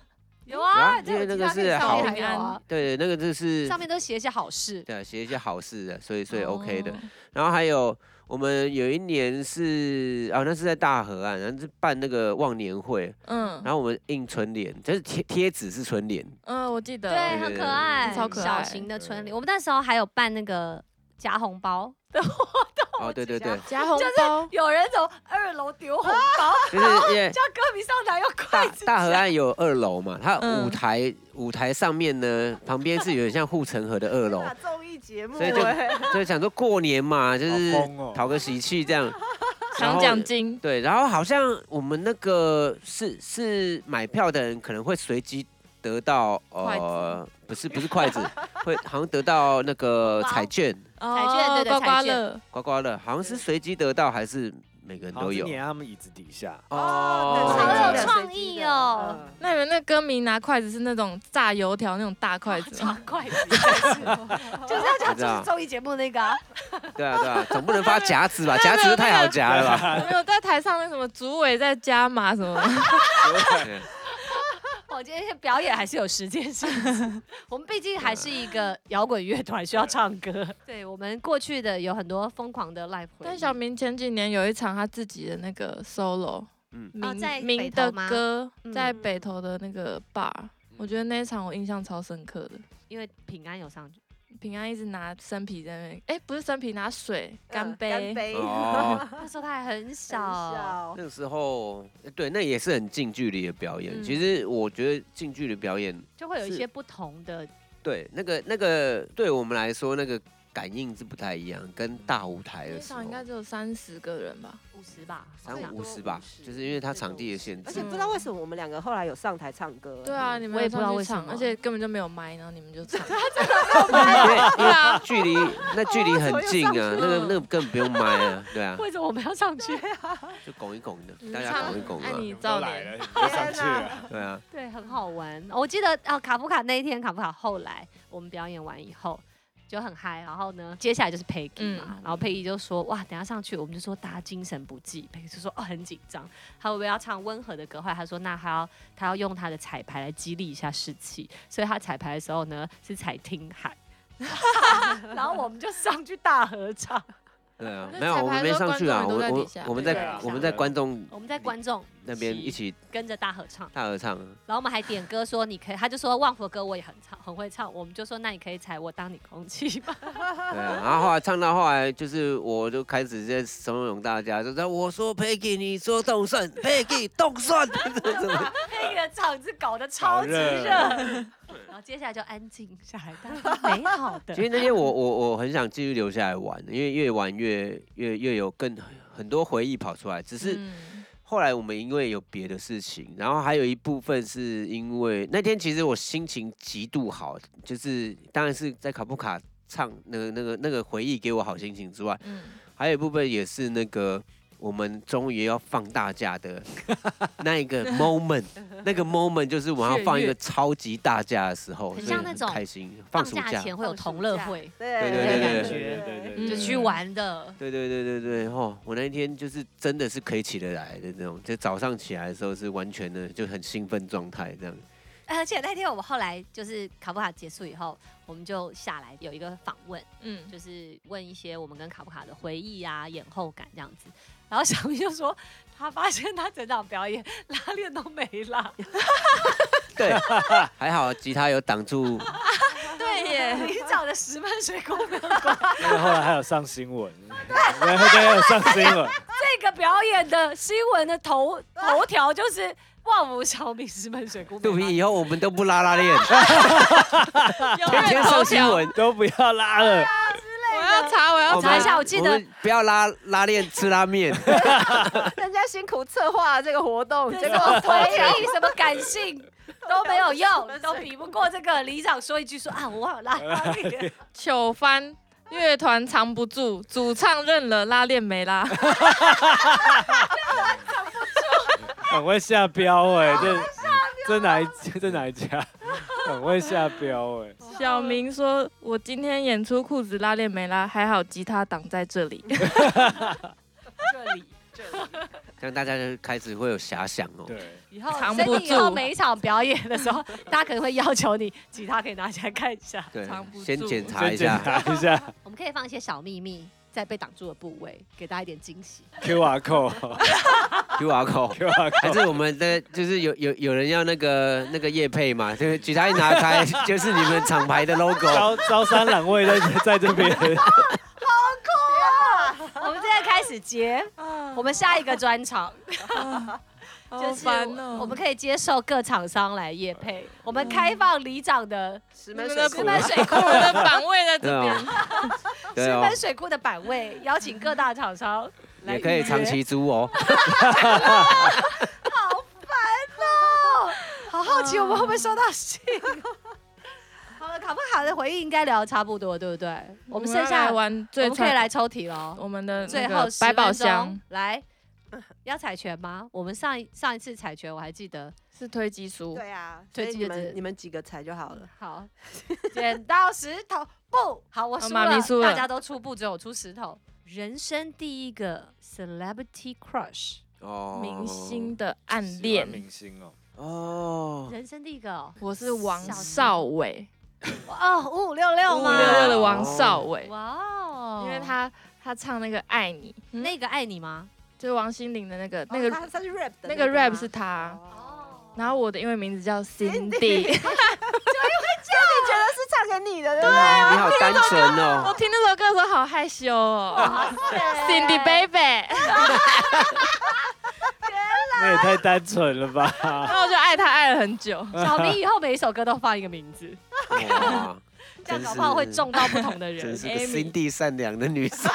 [SPEAKER 2] 有
[SPEAKER 1] 啊
[SPEAKER 2] 啊，
[SPEAKER 1] 因为那
[SPEAKER 2] 这
[SPEAKER 1] 个
[SPEAKER 2] 有
[SPEAKER 1] 是
[SPEAKER 2] 其他
[SPEAKER 1] 好
[SPEAKER 2] 上面还有啊，
[SPEAKER 1] 对，那个就是
[SPEAKER 2] 上面都写一些好事，
[SPEAKER 1] 对啊写一些好事的，所以所以
[SPEAKER 5] 哦
[SPEAKER 1] OK 的。然后还有我们有一年是啊，那是在大河岸，然后是办那个忘年会，
[SPEAKER 5] 嗯
[SPEAKER 1] 然后我们印春联，就是贴贴纸是春联，
[SPEAKER 5] 嗯，我记得，
[SPEAKER 2] 对，
[SPEAKER 1] 对
[SPEAKER 2] 很
[SPEAKER 1] 对
[SPEAKER 2] 嗯可
[SPEAKER 1] 对
[SPEAKER 2] 爱，
[SPEAKER 5] 超可
[SPEAKER 2] 小
[SPEAKER 5] 爱
[SPEAKER 2] 型的春
[SPEAKER 3] 对
[SPEAKER 2] 联。我们那时候还有办那个夹红 包，
[SPEAKER 1] 哦，对对对，
[SPEAKER 5] 夹红包，
[SPEAKER 2] 有人从二楼丢红包，
[SPEAKER 1] 就是因为
[SPEAKER 2] 叫歌迷上台用 筷
[SPEAKER 1] 大
[SPEAKER 2] 子
[SPEAKER 1] 大河岸有二楼嘛，它
[SPEAKER 5] 嗯
[SPEAKER 1] 舞台、舞台上面呢，旁边是有点像护城河的二楼
[SPEAKER 4] 天哪，综艺节目
[SPEAKER 1] 所以就
[SPEAKER 4] 哎，
[SPEAKER 1] 所以想说过年嘛，就是
[SPEAKER 3] 好疯哦
[SPEAKER 1] 讨个喜气这样。然
[SPEAKER 5] 抢
[SPEAKER 1] 后
[SPEAKER 5] 奖金，
[SPEAKER 1] 对，然后好像我们那个是是买票的人可能会随机得到
[SPEAKER 5] 筷
[SPEAKER 1] 呃，不是不是筷子，会好像得到那个
[SPEAKER 2] 包
[SPEAKER 1] 彩券
[SPEAKER 5] 彩
[SPEAKER 2] 券对对
[SPEAKER 5] 哦刮刮
[SPEAKER 2] 彩券
[SPEAKER 5] 乐，
[SPEAKER 1] 刮刮乐，好像是随机得到还是每个人都
[SPEAKER 3] 好像是
[SPEAKER 1] 有
[SPEAKER 3] 碾他们椅子底下，
[SPEAKER 4] 哦
[SPEAKER 2] 好有
[SPEAKER 4] 对随机的
[SPEAKER 2] 创
[SPEAKER 4] 随机
[SPEAKER 2] 意
[SPEAKER 4] 的
[SPEAKER 2] 哦
[SPEAKER 4] 嗯
[SPEAKER 5] 那你们那歌迷拿筷子是那种炸油条那种大筷子
[SPEAKER 2] 长
[SPEAKER 5] 吗？
[SPEAKER 2] 筷子，就是要讲
[SPEAKER 1] 知道
[SPEAKER 2] 就是综艺节目那个啊，
[SPEAKER 1] 对啊对啊，总不能发夹子吧？夹子太好夹了吧？
[SPEAKER 2] 哦
[SPEAKER 5] 有没有在台上那什么组委在加 码什么的？
[SPEAKER 1] 对
[SPEAKER 2] 我今天表演还是有时间限制，我们毕竟还是一个摇滚乐团，需要唱歌。 对我们过去的有很多疯狂的 live，回忆
[SPEAKER 5] 但小明前几年有一场他自己的那个 solo，
[SPEAKER 1] 嗯
[SPEAKER 5] 明、
[SPEAKER 2] 哦在北
[SPEAKER 5] 明
[SPEAKER 2] 投
[SPEAKER 5] 的
[SPEAKER 2] 吗
[SPEAKER 5] 歌
[SPEAKER 2] 嗯
[SPEAKER 5] 在北投的那个 bar，、我
[SPEAKER 1] 嗯
[SPEAKER 5] 觉得那一场我印象超深刻的。
[SPEAKER 2] 因为平安有上去，
[SPEAKER 5] 平安一直拿生啤在那边，哎、不是生啤，拿水干
[SPEAKER 4] 嗯
[SPEAKER 5] 杯。
[SPEAKER 4] 干杯，
[SPEAKER 1] 哦，
[SPEAKER 2] 那时候他还很
[SPEAKER 4] 很
[SPEAKER 2] 小，
[SPEAKER 1] 那个时候，呃对，那也是很近距离的表演。
[SPEAKER 5] 嗯
[SPEAKER 1] 其实我觉得近距离表演，
[SPEAKER 2] 就会有一
[SPEAKER 1] 是
[SPEAKER 2] 些不同的。
[SPEAKER 1] 对那个那个对我们来说，那个感应是不太一样，跟大舞台
[SPEAKER 5] 那
[SPEAKER 1] 的
[SPEAKER 5] 一
[SPEAKER 1] 时
[SPEAKER 5] 场
[SPEAKER 1] 候
[SPEAKER 5] 应，该只有三十个人吧？
[SPEAKER 2] 五十吧，好
[SPEAKER 1] 三
[SPEAKER 2] 像
[SPEAKER 1] 五十吧，就是因为它场地的限
[SPEAKER 4] 而
[SPEAKER 1] 制
[SPEAKER 4] 且。不知道为什么我们两个后来有上台唱歌，欸
[SPEAKER 5] 对啊，你们
[SPEAKER 2] 我也不知道
[SPEAKER 5] 上去
[SPEAKER 2] 为什
[SPEAKER 5] 唱
[SPEAKER 2] 么
[SPEAKER 5] 而且根本就没有麦，然后你们就唱。
[SPEAKER 1] 因
[SPEAKER 5] 对 啊，
[SPEAKER 1] 距 离那距
[SPEAKER 5] 哦
[SPEAKER 1] 离很近啊，那个
[SPEAKER 5] 了
[SPEAKER 1] 那个更不用麦啊，对啊，
[SPEAKER 2] 为什么我们要上去？
[SPEAKER 1] 就拱一拱的，
[SPEAKER 5] 嗯
[SPEAKER 1] 大家
[SPEAKER 5] 唱
[SPEAKER 1] 拱一拱
[SPEAKER 5] 爱
[SPEAKER 1] 啊，
[SPEAKER 5] 你
[SPEAKER 3] 都
[SPEAKER 5] 照
[SPEAKER 3] 来
[SPEAKER 5] 脸。
[SPEAKER 3] 了，你就上去了。
[SPEAKER 1] 对啊，
[SPEAKER 2] 对，很好玩。我记得啊，卡夫卡那一天，卡夫卡后来我们表演完以后就很嗨，然后呢，接下来就是 Peggy 嘛，
[SPEAKER 5] 嗯
[SPEAKER 2] 然后 Peggy 就说哇，等一下上去我们就说大家精神不济，Peggy 就说哦很紧张，他会不会要唱温和的歌？后来他说那他要他要用他的彩排来激励一下士气，所以他彩排的时候 呢是踩听海。然后我们就上去大合唱，
[SPEAKER 1] 对啊，
[SPEAKER 5] 那
[SPEAKER 1] 没有，
[SPEAKER 5] 彩
[SPEAKER 1] 我们
[SPEAKER 5] 排
[SPEAKER 1] 没
[SPEAKER 5] 的时候
[SPEAKER 1] 上去啊，
[SPEAKER 5] 观
[SPEAKER 1] 我
[SPEAKER 5] 众也都在
[SPEAKER 1] 我
[SPEAKER 5] 底下
[SPEAKER 1] 我们
[SPEAKER 2] 对
[SPEAKER 1] 在
[SPEAKER 2] 啊
[SPEAKER 1] 我们在观众
[SPEAKER 2] 我们在观众
[SPEAKER 1] 那边
[SPEAKER 2] 席
[SPEAKER 1] 一起
[SPEAKER 2] 跟着大合唱，
[SPEAKER 1] 大合唱啊，
[SPEAKER 2] 然后我们还点歌说你可以，他就说旺福的歌我也很唱很会唱，我们就说那你可以踩我当你空气吧，
[SPEAKER 1] 对啊，然后后来唱到后来，就是我就开始在怂恿大家，就在我说 Peggy，你说动算，Peggy 动算，
[SPEAKER 2] 那个场子搞得超级热，然后接下来就安静下来，大家美好的
[SPEAKER 1] 其 实那天我我我很想继续留下来玩，因为越玩越越越有更很多回忆跑出来。只是
[SPEAKER 5] 嗯
[SPEAKER 1] 后来我们因为有别的事情，然后还有一部分是因为那天其实我心情极度好，就是当然是在卡布卡唱那个那个那个回忆给我好心情之外，
[SPEAKER 5] 嗯，
[SPEAKER 1] 还有一部分也是那个我们终于要放大假的 那一个 moment，那个 moment 就是我们要放一个超级大假的时候，
[SPEAKER 2] 很
[SPEAKER 1] 所以
[SPEAKER 2] 像那种
[SPEAKER 1] 开心放
[SPEAKER 2] 放
[SPEAKER 1] 暑
[SPEAKER 2] 假
[SPEAKER 1] 假。
[SPEAKER 2] 前会有同乐会，
[SPEAKER 4] 对
[SPEAKER 1] 对对对对
[SPEAKER 3] 对对对，
[SPEAKER 2] 就
[SPEAKER 5] 嗯
[SPEAKER 2] 去玩的。
[SPEAKER 1] 对对对对对，哦，我那一天就是真的是可以起得来的那种，就早上起来的时候是完全的就很兴奋状态这样。
[SPEAKER 2] 而且呃那天我们后来就是卡布卡结束以后，我们就下来有一个访问，
[SPEAKER 5] 嗯，
[SPEAKER 2] 就是问一些我们跟卡布卡的回忆啊、演后感这样子。然后小明就说，他发现他整场表演拉链都没拉，
[SPEAKER 1] 对，还好吉他有挡住，
[SPEAKER 5] 对耶，
[SPEAKER 2] 你长的石门水 库没有
[SPEAKER 3] 那个后来还有上新闻， 对对，有上新闻，
[SPEAKER 2] 这个表演的新闻的 头头条就是万无小明石门水 库
[SPEAKER 1] 肚
[SPEAKER 2] 没拉
[SPEAKER 1] 皮以后我们都不拉拉 链，
[SPEAKER 5] 有
[SPEAKER 1] 天 天上新闻。
[SPEAKER 3] 都不要拉了，
[SPEAKER 5] 我要查，我要
[SPEAKER 1] 们
[SPEAKER 2] 查一
[SPEAKER 5] 查
[SPEAKER 2] 下我记得
[SPEAKER 1] 们不要拉拉链吃拉面，
[SPEAKER 4] 人家辛苦策划这个活动，
[SPEAKER 2] 这
[SPEAKER 4] 结
[SPEAKER 2] 什
[SPEAKER 4] 果
[SPEAKER 2] 么
[SPEAKER 4] 脱
[SPEAKER 2] 回
[SPEAKER 4] 掉
[SPEAKER 2] 忆、什么感性都没有用，都比不过这个里长说一句说啊，我忘了拉拉 链。
[SPEAKER 5] 糗翻。乐团藏不住，主唱认了，拉链没拉。
[SPEAKER 3] 很会下标哎，这这哪一这哪一家，很会下标哎，
[SPEAKER 5] 小明说：“我今天演出裤子拉链没拉，还好吉他挡在这里。
[SPEAKER 2] 这里
[SPEAKER 1] 这样大家就开始会有遐想哦。
[SPEAKER 3] 对，
[SPEAKER 2] 以后，
[SPEAKER 5] 藏
[SPEAKER 2] 所
[SPEAKER 5] 不
[SPEAKER 2] 以你以后
[SPEAKER 5] 住
[SPEAKER 2] 每一场表演的时候，大家可能会要求你吉他可以拿起来看一 下。
[SPEAKER 1] 对
[SPEAKER 5] 藏不，
[SPEAKER 1] 先
[SPEAKER 5] 住
[SPEAKER 1] 检查一
[SPEAKER 3] 先
[SPEAKER 1] 下。
[SPEAKER 3] 查一下
[SPEAKER 2] 我们可以放一些小秘密在被挡住的部位，给大家一点惊喜。
[SPEAKER 3] Q R code，Q
[SPEAKER 1] Q R code，
[SPEAKER 3] R code，
[SPEAKER 1] 还是我们的就是有有有人要那个那个叶配嘛？就是举他一拿开，就是你们厂牌的 logo。
[SPEAKER 3] 招招三揽位在在这边，
[SPEAKER 2] 我们现在开始接，我们下一个专场。”
[SPEAKER 5] 好
[SPEAKER 2] 就是
[SPEAKER 5] 烦
[SPEAKER 2] 我
[SPEAKER 5] 哦
[SPEAKER 2] 们！可以接受各厂商来业配，我们开放里长的
[SPEAKER 4] 石
[SPEAKER 5] 你们
[SPEAKER 2] 嗯
[SPEAKER 4] 门
[SPEAKER 5] 的
[SPEAKER 4] 水
[SPEAKER 5] 你
[SPEAKER 4] 库，
[SPEAKER 5] 们水库的版位 在
[SPEAKER 1] 对
[SPEAKER 5] 这边
[SPEAKER 1] 哦，， 对
[SPEAKER 2] 石
[SPEAKER 1] 哦
[SPEAKER 5] 啊
[SPEAKER 2] 门，水库的版位，邀请各大厂 商来
[SPEAKER 1] 也可以长期租哦。
[SPEAKER 2] 预约。好好奇我们会不会收到信？ 好了，卡不卡的回忆应该聊得差不多，对不对？我们剩
[SPEAKER 5] 要
[SPEAKER 2] 下
[SPEAKER 5] 来
[SPEAKER 2] 我
[SPEAKER 5] 玩最
[SPEAKER 2] 们可以
[SPEAKER 5] 传
[SPEAKER 2] 来抽题喽。
[SPEAKER 5] 我们的那
[SPEAKER 2] 最
[SPEAKER 5] 个
[SPEAKER 2] 后
[SPEAKER 5] 百
[SPEAKER 2] 10
[SPEAKER 5] 宝
[SPEAKER 2] 分钟
[SPEAKER 5] 箱
[SPEAKER 2] 来，要踩拳吗？我们上一上一次踩拳我还记得，
[SPEAKER 5] 是推机书，
[SPEAKER 4] 对啊，所
[SPEAKER 2] 对
[SPEAKER 4] 以
[SPEAKER 2] 记
[SPEAKER 4] 你
[SPEAKER 2] 得记得
[SPEAKER 4] 们你们几个踩就好了。
[SPEAKER 2] 好， 剪刀石头布。好，我
[SPEAKER 5] 好
[SPEAKER 2] 输
[SPEAKER 5] 哦妈咪
[SPEAKER 2] 了，
[SPEAKER 5] 输了
[SPEAKER 2] 大家都出布，只有我出石头。人生第一个 celebrity crush，
[SPEAKER 1] 哦
[SPEAKER 5] 明星的暗恋。
[SPEAKER 3] 明星哦，
[SPEAKER 1] 哦，
[SPEAKER 2] 人生第一个哦，
[SPEAKER 5] 我是王
[SPEAKER 2] 小
[SPEAKER 5] 少伟，
[SPEAKER 2] 哦五五六六
[SPEAKER 5] 五
[SPEAKER 2] 吗？
[SPEAKER 5] 六六的王少伟，
[SPEAKER 2] 哇哦，嗯
[SPEAKER 5] 因为他他唱那个爱你，那
[SPEAKER 2] 那个爱你吗？
[SPEAKER 5] 就是王心凌的那
[SPEAKER 2] 哦
[SPEAKER 5] 个那个
[SPEAKER 4] 哦他他是 rap 的
[SPEAKER 5] 那个 rap 是
[SPEAKER 4] 吗
[SPEAKER 5] 他，
[SPEAKER 4] 哦，
[SPEAKER 5] 然后我的英文名字叫 Cindy，
[SPEAKER 4] 你觉得是唱给你的对不
[SPEAKER 1] 对
[SPEAKER 4] 对？
[SPEAKER 1] 啊，你好单纯
[SPEAKER 5] 我
[SPEAKER 1] 哦。
[SPEAKER 5] 听那首歌的时候好害羞哦，Cindy baby，
[SPEAKER 3] 那也太单纯了吧？
[SPEAKER 5] 然后我就爱他爱了很久，
[SPEAKER 2] 小明以后每一首歌都放一个名字，
[SPEAKER 1] 哦哇，
[SPEAKER 2] 这样
[SPEAKER 1] 真
[SPEAKER 2] 搞不好会
[SPEAKER 1] 是
[SPEAKER 2] 中到不同的人。
[SPEAKER 1] 真是个
[SPEAKER 2] Amy，
[SPEAKER 1] 心地善良的女生。
[SPEAKER 2] 所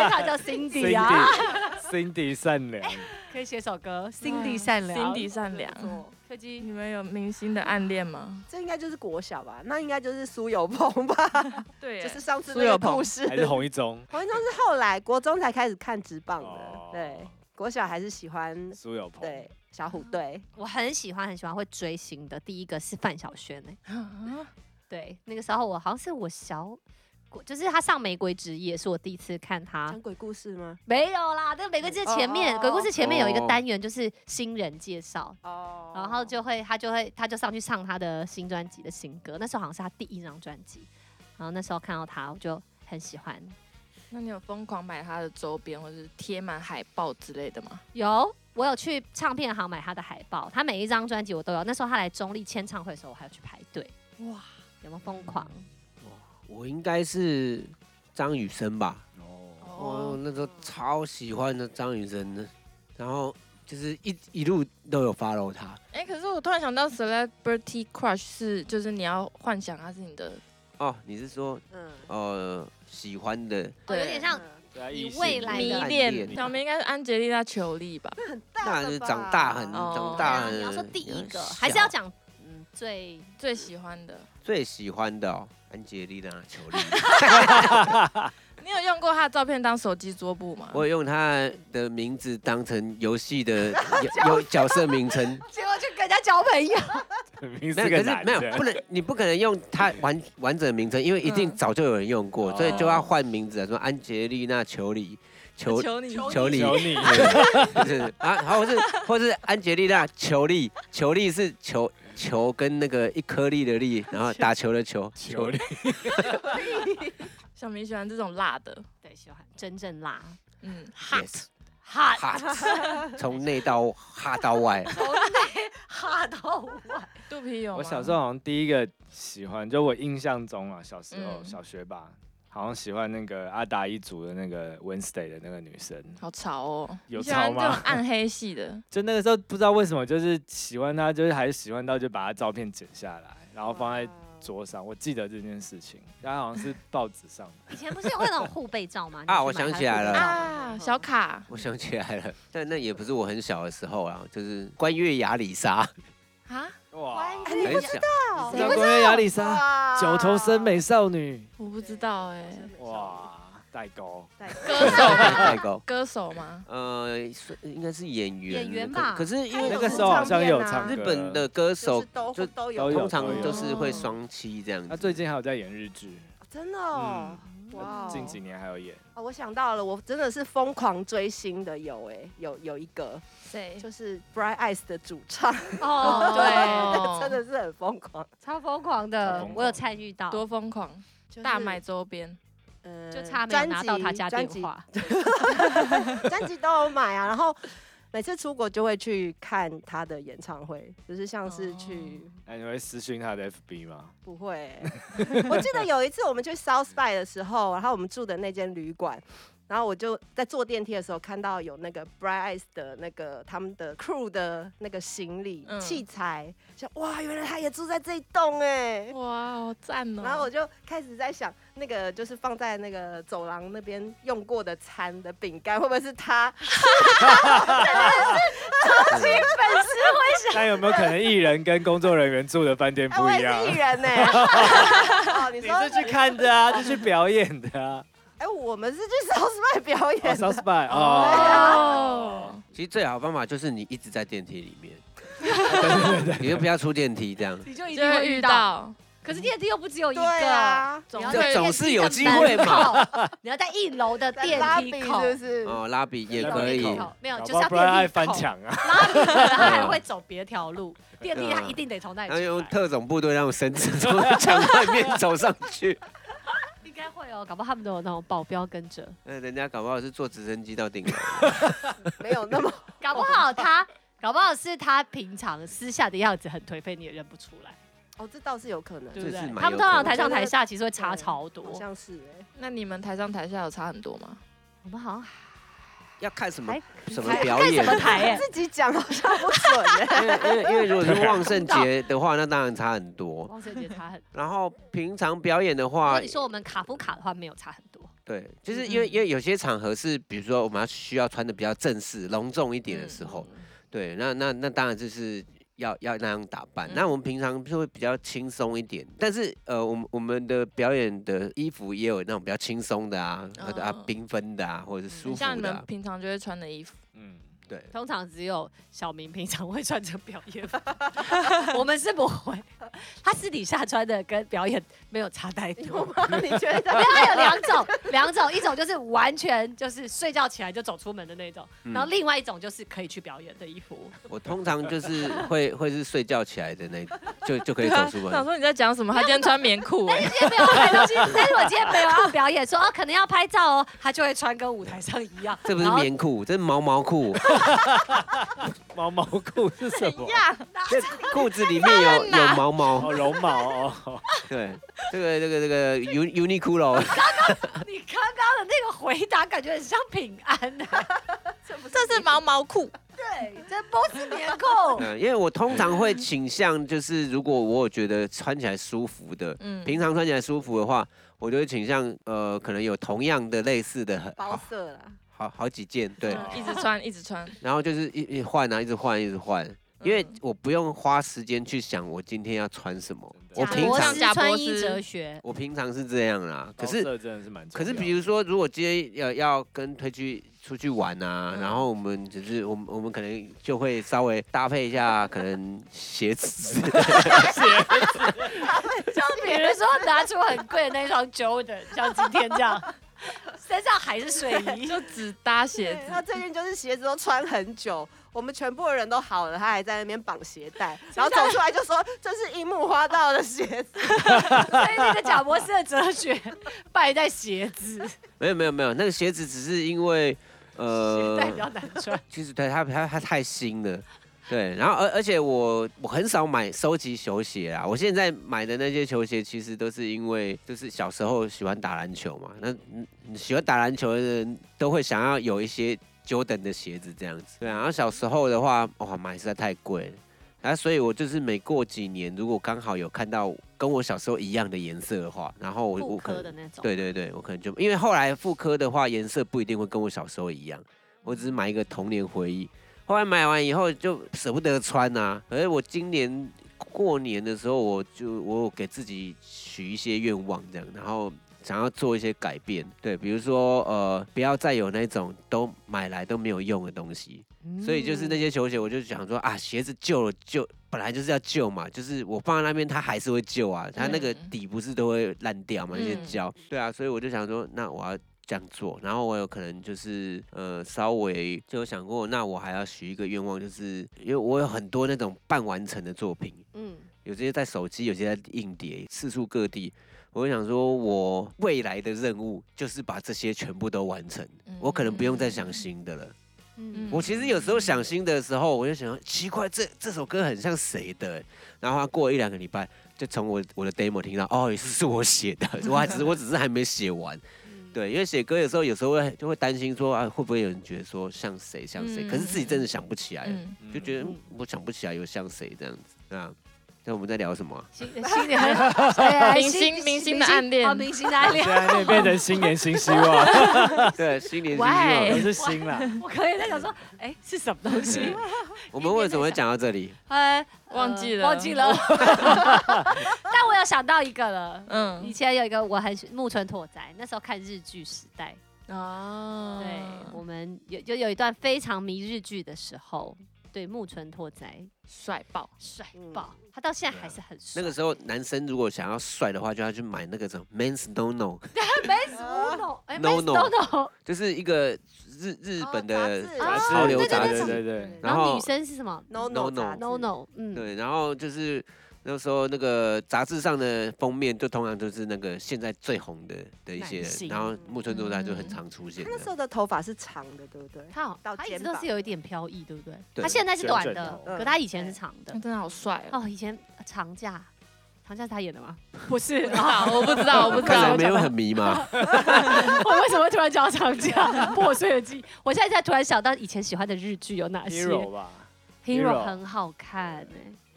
[SPEAKER 2] 以他叫 Cindy 啊，
[SPEAKER 3] Cindy，Cindy 善良，
[SPEAKER 2] 可以写首歌 Cindy 善良。
[SPEAKER 5] 嗯，Cindy 嗯善良。
[SPEAKER 2] 柯基
[SPEAKER 5] 你们有明星的暗恋吗？
[SPEAKER 4] 这应该就是国小吧？那应该就是苏有朋 吧？
[SPEAKER 5] 对
[SPEAKER 4] 就是上次
[SPEAKER 5] 苏
[SPEAKER 4] 那
[SPEAKER 5] 有
[SPEAKER 4] 个
[SPEAKER 5] 朋
[SPEAKER 4] 故事。
[SPEAKER 3] 还 是洪一中，
[SPEAKER 4] 黄一中是后来国中才开始看直棒
[SPEAKER 3] 哦
[SPEAKER 4] 的，对，国小还是喜欢
[SPEAKER 3] 苏有朋，
[SPEAKER 4] 对小虎队，
[SPEAKER 2] 我很喜欢很喜欢会追星的，第一个是范晓萱欸
[SPEAKER 5] 啊
[SPEAKER 2] 对，那个时候我好像是我小，就是他上《玫瑰之夜》是我第一次看他
[SPEAKER 4] 讲，鬼故事吗？
[SPEAKER 2] 没有啦，那个《玫瑰之夜》前面，
[SPEAKER 4] 哦
[SPEAKER 2] 鬼故事前面有一个
[SPEAKER 1] 哦
[SPEAKER 2] 单元就是新人介绍，
[SPEAKER 4] 哦
[SPEAKER 2] 然后就会他就会他就上去唱他的新专辑的新歌，那时候好像是他第一张专辑，然后那时候看到他我就很喜欢，
[SPEAKER 5] 那你有疯狂买他的周边，或是贴满海报之类的吗？
[SPEAKER 2] 有，我有去唱片行买他的海报，他每一张专辑我都有。那时候他来中立签唱会的时候，我还要去排队。哇
[SPEAKER 4] 哇，
[SPEAKER 2] 有没有疯狂？
[SPEAKER 1] 我应该是张雨生吧，
[SPEAKER 3] 哦，
[SPEAKER 1] 哦，那时候超喜欢的张雨生的，然后就是一一路都有 follow 他。
[SPEAKER 5] 哎、可是我突然想到，celebrity crush 是就是你要幻想他是你的，
[SPEAKER 1] 哦，你是说
[SPEAKER 4] 嗯，
[SPEAKER 1] 呃喜欢的？
[SPEAKER 2] 哦有点像
[SPEAKER 3] 对啊
[SPEAKER 2] 你
[SPEAKER 3] 异性
[SPEAKER 2] 未来的
[SPEAKER 5] 迷
[SPEAKER 2] 暗
[SPEAKER 5] 恋，
[SPEAKER 1] 恋
[SPEAKER 5] 小明应该是安吉丽娜·裘丽吧？
[SPEAKER 4] 那很
[SPEAKER 1] 那
[SPEAKER 4] 大
[SPEAKER 1] 就
[SPEAKER 4] 了吧，
[SPEAKER 1] 长大很
[SPEAKER 5] 哦
[SPEAKER 1] 长
[SPEAKER 2] 对
[SPEAKER 1] 大
[SPEAKER 2] 啊，
[SPEAKER 1] 很。
[SPEAKER 2] 你要说第一个，
[SPEAKER 1] 小
[SPEAKER 2] 还是要讲嗯最
[SPEAKER 5] 最喜欢的，
[SPEAKER 1] 最喜欢的哦，安吉丽娜·裘 丽。
[SPEAKER 5] 你有用过他的照片当手机桌布吗？
[SPEAKER 1] 我有用她的名字当成游戏 的有有角色名 称，
[SPEAKER 4] 结果去跟人家 交朋友，
[SPEAKER 1] 没
[SPEAKER 3] 明明
[SPEAKER 1] 有，
[SPEAKER 3] 是个
[SPEAKER 1] 可是
[SPEAKER 3] 男
[SPEAKER 1] 没
[SPEAKER 3] 的，
[SPEAKER 1] 有，不能，你不可能用她 完完整的名称，因为一定
[SPEAKER 5] 嗯
[SPEAKER 1] 早就有人用过，所以就
[SPEAKER 3] 哦
[SPEAKER 1] 要换名字，说安吉丽娜·裘丽，裘
[SPEAKER 5] 求你，
[SPEAKER 1] 裘丽，
[SPEAKER 3] 求你，
[SPEAKER 1] 就是啊，然后是或是安吉丽娜·裘丽，裘丽是球球跟那个一颗粒的粒，然后打球的球，
[SPEAKER 3] 求你，
[SPEAKER 5] 小明喜欢这种辣的，
[SPEAKER 2] 对喜欢真正辣
[SPEAKER 5] 嗯，
[SPEAKER 1] Yes，
[SPEAKER 2] hot
[SPEAKER 1] hot，从内到哈到外，
[SPEAKER 2] hot 到我。
[SPEAKER 5] 肚皮有吗？
[SPEAKER 3] 我小时候好像第一个喜欢，就我印象中啊，小时候、
[SPEAKER 5] 嗯
[SPEAKER 3] 小学吧，好像喜欢那个阿达一族的那个 Wednesday 的那个女生，
[SPEAKER 5] 好潮哦，
[SPEAKER 3] 有
[SPEAKER 5] 你喜欢
[SPEAKER 3] 潮
[SPEAKER 5] 这
[SPEAKER 3] 吗
[SPEAKER 5] 种暗黑系 的，
[SPEAKER 3] 就那个时候不知道为什么就是喜欢她，就是还是喜欢到就把她照片剪下来，然后放在桌上。我记得这件事情，她好像是报纸上的，
[SPEAKER 2] 以前不是有那种护背 照吗？
[SPEAKER 1] 啊
[SPEAKER 2] 你
[SPEAKER 1] 我
[SPEAKER 2] 去买
[SPEAKER 1] 想
[SPEAKER 2] 它
[SPEAKER 1] 起
[SPEAKER 2] 的
[SPEAKER 1] 来了
[SPEAKER 2] 护背照
[SPEAKER 5] 啊，
[SPEAKER 2] 嗯
[SPEAKER 5] 小卡
[SPEAKER 1] 我想起来了， 但那也不是我很小的时候啊，就是关月雅里莎，
[SPEAKER 5] 啊，
[SPEAKER 3] 哇，
[SPEAKER 2] 哎
[SPEAKER 4] 你
[SPEAKER 1] 很小，
[SPEAKER 3] 知
[SPEAKER 5] 你
[SPEAKER 3] 道
[SPEAKER 5] 不
[SPEAKER 3] 关月雅里莎
[SPEAKER 4] 哇
[SPEAKER 3] 哎啊九头身美少女，
[SPEAKER 5] 我不知道哎、
[SPEAKER 3] 哇，代沟，
[SPEAKER 4] 代
[SPEAKER 5] 歌手吗？
[SPEAKER 1] 代沟。
[SPEAKER 5] 歌手吗？
[SPEAKER 1] 呃，是应该是演员，
[SPEAKER 2] 演员
[SPEAKER 1] 可
[SPEAKER 2] 吧
[SPEAKER 1] 可是因
[SPEAKER 4] 他
[SPEAKER 1] 为
[SPEAKER 4] 有
[SPEAKER 3] 那
[SPEAKER 1] 那
[SPEAKER 3] 个
[SPEAKER 1] 个
[SPEAKER 3] 时候好像有
[SPEAKER 4] 唱
[SPEAKER 3] 唱
[SPEAKER 4] 片
[SPEAKER 1] 日
[SPEAKER 3] 歌
[SPEAKER 1] 本的，歌手
[SPEAKER 4] 就是都
[SPEAKER 1] 就
[SPEAKER 4] 都
[SPEAKER 3] 都
[SPEAKER 4] 有，
[SPEAKER 3] 有
[SPEAKER 1] 通常都是会
[SPEAKER 5] 哦
[SPEAKER 1] 双妻这样
[SPEAKER 3] 她
[SPEAKER 1] 子。
[SPEAKER 3] 最近还有在演日剧，
[SPEAKER 4] 真的哦，哇
[SPEAKER 3] 哇，
[SPEAKER 4] 哦
[SPEAKER 3] 嗯近几年还有演。
[SPEAKER 4] 哦，我想到了，我真的是疯狂追星的，有哎，有有一个
[SPEAKER 5] 谁
[SPEAKER 4] 就是 Bright Eyes 的主唱，
[SPEAKER 2] 哎 哦，对，
[SPEAKER 4] 真的是很疯狂，
[SPEAKER 2] 超疯狂
[SPEAKER 3] 超
[SPEAKER 2] 的
[SPEAKER 3] 疯，狂
[SPEAKER 2] 我有参与到，
[SPEAKER 5] 多疯狂，
[SPEAKER 4] 就是
[SPEAKER 5] 大买周边，
[SPEAKER 4] 呃
[SPEAKER 2] 就差没有拿到他家电，话。
[SPEAKER 4] 专辑专辑都有买啊，然后。每次出国就会去看他的演唱会，就是像是
[SPEAKER 2] 哦
[SPEAKER 4] 去
[SPEAKER 3] 哎，你会私讯她的 FB 吗？
[SPEAKER 4] 不会 欸、我记得有一次我们去 South by 的时候，然后我们住的那间旅馆，然后我就在坐电梯的时候看到有那个 Bright Eyes 的那个他们的 crew 的那个行李、
[SPEAKER 5] 嗯
[SPEAKER 4] 器材，想哇，原来他也住在这一栋哎、
[SPEAKER 5] 哇，好赞哦！
[SPEAKER 4] 然后我就开始在想，那个就是放在那个走廊那边用过的餐的饼干，会不会是他？
[SPEAKER 3] 那有没有可能艺人跟工作人员住的饭店
[SPEAKER 4] 哎，
[SPEAKER 3] 不
[SPEAKER 4] 我也
[SPEAKER 3] 一样？
[SPEAKER 4] 是艺人呢、欸 哦，你
[SPEAKER 3] 你
[SPEAKER 4] 说
[SPEAKER 3] 是，去看的啊，是去表演的啊。
[SPEAKER 4] 哎、我们是去 South by 表演的
[SPEAKER 3] South 哦 by 哦
[SPEAKER 5] 哦，
[SPEAKER 1] 其实最好的方法就是你一直在电梯里面，你就不要出电梯这样，
[SPEAKER 2] 你就一
[SPEAKER 5] 就会遇，到，
[SPEAKER 2] 可是电梯又不只有一个，
[SPEAKER 4] 对啊，
[SPEAKER 5] 总
[SPEAKER 2] 你要
[SPEAKER 5] 会
[SPEAKER 2] 在
[SPEAKER 1] 总
[SPEAKER 2] 电
[SPEAKER 1] 是
[SPEAKER 2] 梯
[SPEAKER 1] 有
[SPEAKER 2] 的
[SPEAKER 1] 机
[SPEAKER 2] 门
[SPEAKER 1] 会嘛
[SPEAKER 2] 口。 你要在一楼的
[SPEAKER 4] 在
[SPEAKER 2] 电
[SPEAKER 4] 拉
[SPEAKER 2] 梯
[SPEAKER 4] 比
[SPEAKER 2] 口，
[SPEAKER 4] 是不是？
[SPEAKER 1] 哦，拉比也
[SPEAKER 3] 拉比
[SPEAKER 1] 可以，嗯
[SPEAKER 3] 口
[SPEAKER 2] 口没有，
[SPEAKER 3] 搞
[SPEAKER 2] 就是
[SPEAKER 3] 不好
[SPEAKER 2] 要
[SPEAKER 3] 不然
[SPEAKER 2] 电
[SPEAKER 3] 爱
[SPEAKER 2] 梯
[SPEAKER 3] 翻
[SPEAKER 2] 口，
[SPEAKER 3] 墙啊。
[SPEAKER 2] 拉比可能 他还会走别条路，电梯他一定得从那
[SPEAKER 1] 然后
[SPEAKER 2] 里出
[SPEAKER 1] 用
[SPEAKER 2] 来，
[SPEAKER 1] 特种部队让绳子从墙外面走上去。
[SPEAKER 2] 应该会哦，搞不好他们都有那种保镖跟着，
[SPEAKER 1] 那人家搞不好是坐直升机到顶楼，
[SPEAKER 4] 没有那么
[SPEAKER 2] 搞不好他，搞不好是他平常私下的样子很颓废，你也认不出来，
[SPEAKER 4] 哦，这倒是有可能，
[SPEAKER 2] 对不
[SPEAKER 1] 这
[SPEAKER 2] 对
[SPEAKER 1] 是？蛮
[SPEAKER 2] 他们
[SPEAKER 1] 有
[SPEAKER 2] 通
[SPEAKER 1] 可
[SPEAKER 2] 常
[SPEAKER 1] 能
[SPEAKER 2] 台上
[SPEAKER 4] 的
[SPEAKER 2] 台下其实会差
[SPEAKER 4] 对
[SPEAKER 2] 超
[SPEAKER 4] 好
[SPEAKER 2] 多，
[SPEAKER 4] 像是哎、
[SPEAKER 5] 那你们台上台下有差很多吗？
[SPEAKER 2] 我们好像
[SPEAKER 1] 要看什么
[SPEAKER 2] 还
[SPEAKER 1] 什么
[SPEAKER 2] 还
[SPEAKER 1] 表
[SPEAKER 2] 看
[SPEAKER 1] 演
[SPEAKER 2] 什么台哎，
[SPEAKER 4] 自己讲好像不准 哎、
[SPEAKER 1] 因为因为因为如果是万圣节的话，那当然差很多。
[SPEAKER 2] 汪圣杰差很。
[SPEAKER 1] 然后平常表演的
[SPEAKER 2] 如
[SPEAKER 1] 话
[SPEAKER 2] 果你，说我们卡夫卡的话，没有差很多。
[SPEAKER 1] 对，
[SPEAKER 2] 嗯
[SPEAKER 1] 就是因为因为有些场合是，比如说我们要需要穿的比较正式、隆重一点的时候，对，那那那当然就是要要那样打扮。
[SPEAKER 5] 嗯
[SPEAKER 1] 那我们平常就会比较轻松一点，但是呃，我们我们的表演的衣服也有那种比较轻松的啊，或者啊
[SPEAKER 5] 哦
[SPEAKER 1] 缤纷的啊，或者是
[SPEAKER 5] 嗯，
[SPEAKER 1] 舒
[SPEAKER 5] 像
[SPEAKER 1] 服
[SPEAKER 5] 你
[SPEAKER 1] 的
[SPEAKER 5] 们
[SPEAKER 1] 啊。
[SPEAKER 5] 平常就会穿的衣服，
[SPEAKER 3] 嗯，
[SPEAKER 1] 对，
[SPEAKER 2] 通常只有小明平常会穿着表演服， 我们是不会。他私底下穿的跟表演没有差 太多。
[SPEAKER 4] 你觉得？
[SPEAKER 2] 没有，他有两种，两种，一种就是完全就是睡觉起来就走出门的那种，
[SPEAKER 1] 嗯
[SPEAKER 2] 然后另外一种就是可以去表演的衣服。
[SPEAKER 1] 我通常 就是会会是睡觉起来的那，就就可以走出
[SPEAKER 5] 啊想
[SPEAKER 1] 门。
[SPEAKER 5] 说你在讲什么？他今天穿棉裤、
[SPEAKER 2] 但
[SPEAKER 5] 哎
[SPEAKER 2] 是今天没有要拍东西，但是我今天没有要表演，说哦可能要拍照哦，他就会穿跟舞台上一样。
[SPEAKER 1] 这不是
[SPEAKER 2] 然后
[SPEAKER 1] 棉裤，这是毛毛 裤，
[SPEAKER 3] 毛毛裤是什么？
[SPEAKER 1] 这裤子里面有有毛毛。
[SPEAKER 3] 哦，绒毛哦，
[SPEAKER 1] 对，这个这个这 个 U Uniqlo
[SPEAKER 2] 你刚刚的那个回答感觉很像平安的、
[SPEAKER 5] 这是毛毛裤，
[SPEAKER 2] 对，这不是棉裤。
[SPEAKER 1] 嗯，因为我通常会倾向就是，如果我有觉得穿起来舒服的，
[SPEAKER 5] 嗯，
[SPEAKER 1] 平常穿起来舒服的话，我就会倾向呃，可能有同样的类似的很
[SPEAKER 4] 包
[SPEAKER 1] 好
[SPEAKER 4] 色啦，
[SPEAKER 1] 好好几件，对，
[SPEAKER 5] 嗯一直穿一直 穿，
[SPEAKER 1] 然后就是一一换啊，一直换，一直换，因为我不用花时间去想我今天要穿什么，我
[SPEAKER 3] 真 的
[SPEAKER 1] 平
[SPEAKER 2] 博
[SPEAKER 1] 常
[SPEAKER 2] 士
[SPEAKER 5] 贾博
[SPEAKER 2] 穿
[SPEAKER 5] 士
[SPEAKER 2] 衣哲 学，
[SPEAKER 1] 我平常是这样啦， 可是
[SPEAKER 3] 包色真哦的是蛮重
[SPEAKER 1] 可
[SPEAKER 3] 要的，
[SPEAKER 1] 是，比如说，如果今天要要跟推去出去玩啊，然后我们只是我们我们可能就会稍微搭配一下，可能鞋子
[SPEAKER 2] 就比如说拿出很贵的那双 Jordan，像今天这样， 身上还是睡 衣。
[SPEAKER 5] 就只搭鞋
[SPEAKER 4] 对
[SPEAKER 5] 子。
[SPEAKER 4] 他最近就是鞋子都穿很久，我们全部的人都好了，他还在那边绑鞋带，然后走出来就说这是樱木花道的鞋子，
[SPEAKER 2] 所以那个贾博士的哲学败在鞋子，
[SPEAKER 1] 没有没有没有，那个鞋子只是因为
[SPEAKER 2] 鞋
[SPEAKER 1] 呃
[SPEAKER 2] 带，比较难穿。
[SPEAKER 1] 其实对它它它太新了。对，然后而而且我我很少买收集球鞋啊，我现在买的那些球鞋其实都是因为就是小时候喜欢打篮球嘛，那嗯喜欢打篮球的人都会想要有一些 Jordan 的鞋子这样子，对啊。然后小时候的话，哇，买实在太贵了，然后所以我就是每过几年，如果刚好有看到跟我小时候一样的颜色的话，然后我
[SPEAKER 2] 妇
[SPEAKER 1] 我可
[SPEAKER 2] 科
[SPEAKER 1] 能
[SPEAKER 2] 的那种，
[SPEAKER 1] 对对对，我可能就因为后来妇科的话，颜色不一定会跟我小时候一样，我只是买一个童年回忆。后来买完以后就舍不得穿啊，而我今年过年的时候，我就我有给自己许一些愿望这样，然后想要做一些改变，对，比如说呃，不要再有那种都买来都没有用的东西，所以就是那些球鞋，我就想说啊，鞋子旧了就本来就是要旧嘛，就是我放在那边它还是会旧啊，它那个
[SPEAKER 5] 嗯
[SPEAKER 1] 底不是都会烂掉嘛，那些
[SPEAKER 5] 嗯
[SPEAKER 1] 胶，对啊，所以我就想说，那我要。这样做，然后我有可能就是呃，稍微就有想过，那我还要许一个愿望，就是因为我有很多那种半完成的作品，
[SPEAKER 4] 嗯，
[SPEAKER 1] 有些在手机，有些在硬碟，四处各地。我就想说，我未来的任务就是把这些全部都完成，
[SPEAKER 5] 嗯
[SPEAKER 1] 我可能不用再想新的了。
[SPEAKER 2] 嗯
[SPEAKER 1] 我其实有时候想新的时候，我就想奇怪，这这首歌很像谁的欸？然后他过了一两个礼拜，就从我我的 demo 听到，哦，是我写的，我还只是我只是还没写完。对，因为写歌有时候有时候会就会担心说啊，会不会有人觉得说像谁像谁？可是自己真的想不起来了，
[SPEAKER 5] 嗯，
[SPEAKER 1] 就觉得
[SPEAKER 4] 嗯
[SPEAKER 1] 嗯我想不起来有像谁这样子对啊。那我们在聊什么啊？
[SPEAKER 2] 新 新年 对啊
[SPEAKER 5] 明星
[SPEAKER 2] 新
[SPEAKER 5] 明星的暗恋
[SPEAKER 2] 哦，明星的暗
[SPEAKER 3] 现
[SPEAKER 2] 恋。
[SPEAKER 3] 在那变成新年新希望，
[SPEAKER 1] 啊对，新年新希
[SPEAKER 5] Why？
[SPEAKER 1] 望。
[SPEAKER 3] 不是新啦，
[SPEAKER 2] 我可以在想说，哎，是什么 东西？
[SPEAKER 1] 我们为什么会讲到这里？
[SPEAKER 2] 呃，
[SPEAKER 5] 忘记了
[SPEAKER 2] 忘记了。 但我有想到一个了，
[SPEAKER 5] 嗯
[SPEAKER 2] 以前有一个我很喜木村拓哉，那时候看日剧时代，
[SPEAKER 5] 哦，
[SPEAKER 2] 对我们有就有一段非常迷日剧的时候，对木村拓哉
[SPEAKER 5] 帅爆，
[SPEAKER 2] 帅爆，他到现在还是很帅。
[SPEAKER 1] 那个时候，男生如果想要帅的话，就要去买那个什么 men's no no，
[SPEAKER 2] 没什 么，哎
[SPEAKER 1] No,
[SPEAKER 2] 没
[SPEAKER 1] no
[SPEAKER 2] 什么。
[SPEAKER 1] 就是一个日日本的
[SPEAKER 4] 哦
[SPEAKER 2] 杂志
[SPEAKER 1] 潮流
[SPEAKER 2] 对对
[SPEAKER 1] 杂
[SPEAKER 2] 对
[SPEAKER 1] 志
[SPEAKER 3] 对。对对。
[SPEAKER 1] 然
[SPEAKER 2] 然
[SPEAKER 1] 后
[SPEAKER 2] 后女生是什么
[SPEAKER 4] no
[SPEAKER 1] No
[SPEAKER 4] no
[SPEAKER 1] No
[SPEAKER 2] ？No no，嗯，
[SPEAKER 1] 对，然后就是那时候那个杂志上的封面，就通常都是那个现在最红的的一些
[SPEAKER 2] 男
[SPEAKER 1] 人，
[SPEAKER 2] 性
[SPEAKER 1] 然后木村拓哉就很
[SPEAKER 5] 嗯
[SPEAKER 1] 常出现
[SPEAKER 4] 他
[SPEAKER 1] 这
[SPEAKER 4] 那
[SPEAKER 1] 样。
[SPEAKER 4] 时候的头发是长的，对不对？
[SPEAKER 2] 他好，
[SPEAKER 4] 到
[SPEAKER 2] 他一直
[SPEAKER 4] 肩
[SPEAKER 2] 都
[SPEAKER 4] 膀
[SPEAKER 2] 是有一点飘逸，对不对？
[SPEAKER 1] 对
[SPEAKER 2] 他现在是短
[SPEAKER 3] 卷
[SPEAKER 2] 的
[SPEAKER 3] 卷，
[SPEAKER 4] 头
[SPEAKER 2] 可他以前是长的
[SPEAKER 5] 他。真的好帅哦。
[SPEAKER 2] 哦，以前呃长假，长假是他演的吗？不是
[SPEAKER 5] 好， 我不知道，我不知
[SPEAKER 1] 看起来
[SPEAKER 5] 道
[SPEAKER 1] 没。有很迷茫，
[SPEAKER 2] 我为什么会突然讲到长假？破碎的记忆。 我现在才突然想到以前喜欢的日剧有哪些
[SPEAKER 3] Hero 吧，
[SPEAKER 2] Hero
[SPEAKER 3] Hero
[SPEAKER 2] 很好看哎，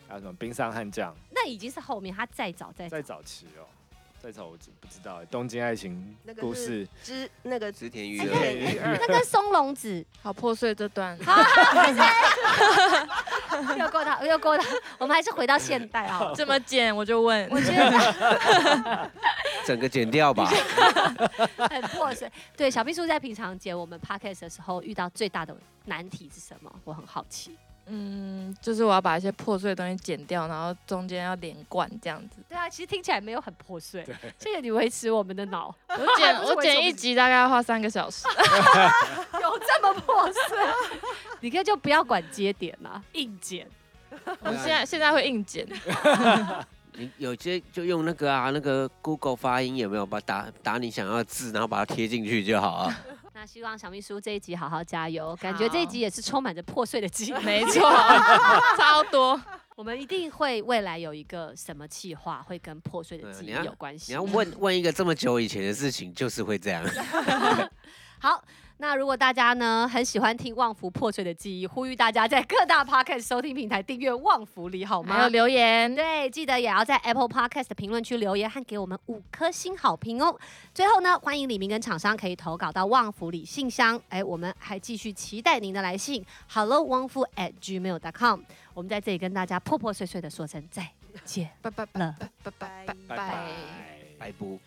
[SPEAKER 3] 还有什么冰上悍将，
[SPEAKER 2] 那已经是后面，他再早再早
[SPEAKER 3] 在。早期哦，在早我知不知道欸东京爱情
[SPEAKER 4] 那个
[SPEAKER 3] 故
[SPEAKER 4] 是
[SPEAKER 3] 事，
[SPEAKER 4] 之那个
[SPEAKER 1] 织田裕
[SPEAKER 2] 哎
[SPEAKER 1] 二。
[SPEAKER 2] 对
[SPEAKER 3] 对
[SPEAKER 2] 那跟松隆子
[SPEAKER 5] 好破碎这 段，
[SPEAKER 2] 又过到又过到，我们还是回到现代啊。
[SPEAKER 5] 这么简我就问，
[SPEAKER 2] 我觉得
[SPEAKER 1] 整个剪掉吧。
[SPEAKER 2] 很破碎。对，小秘书在平常剪我们 podcast 的时候，遇到最大的难题是什么？我很好奇。
[SPEAKER 5] 嗯，就是我要把一些破碎的东西剪掉，然后中间要连贯这样 子。
[SPEAKER 2] 对啊，其实听起来没有很破碎。这个你维持我们的脑
[SPEAKER 5] 我
[SPEAKER 2] 还
[SPEAKER 5] 剪
[SPEAKER 2] 不是
[SPEAKER 5] 我
[SPEAKER 2] 为什么
[SPEAKER 5] 剪一集大概要花三个 小时。
[SPEAKER 2] 有这么破碎，你可以就不要管接点啦，硬剪。
[SPEAKER 5] 我现
[SPEAKER 2] 啊
[SPEAKER 5] 在现在会硬剪，
[SPEAKER 1] 你有些就用那个啊，那个 Google 发音有没有？把打打你想要的字，然后把它贴进去就好啊。
[SPEAKER 2] 那希望小秘书这一集好好加油，感觉这一集也是充满着破碎的 记忆。
[SPEAKER 5] 没错，超多。
[SPEAKER 2] 我们一定会未来有一个什么计划会跟破碎的
[SPEAKER 1] 对啊
[SPEAKER 2] 记忆
[SPEAKER 1] 你要
[SPEAKER 2] 有关系。
[SPEAKER 1] 你要问问一个这么久以前的事情，就是会这样。
[SPEAKER 2] 好，那如果大家呢很喜欢听《旺福破碎的记忆》，呼吁大家在各大 podcast 收听平台订阅《旺福里》好
[SPEAKER 5] 还有
[SPEAKER 2] 吗？
[SPEAKER 5] 留言，
[SPEAKER 2] 对，记得也要在 Apple Podcast 的评论区留言和给我们五颗星好评哦。最后呢，欢迎李明跟厂商可以投稿到旺福里信箱，哎，我们还继续期待您的来信，hello 旺福 at gmail.com。我们在这里跟大家破破碎碎的说声再见。
[SPEAKER 5] 拜拜拜拜拜拜拜拜。
[SPEAKER 3] 拜拜。
[SPEAKER 1] 拜不。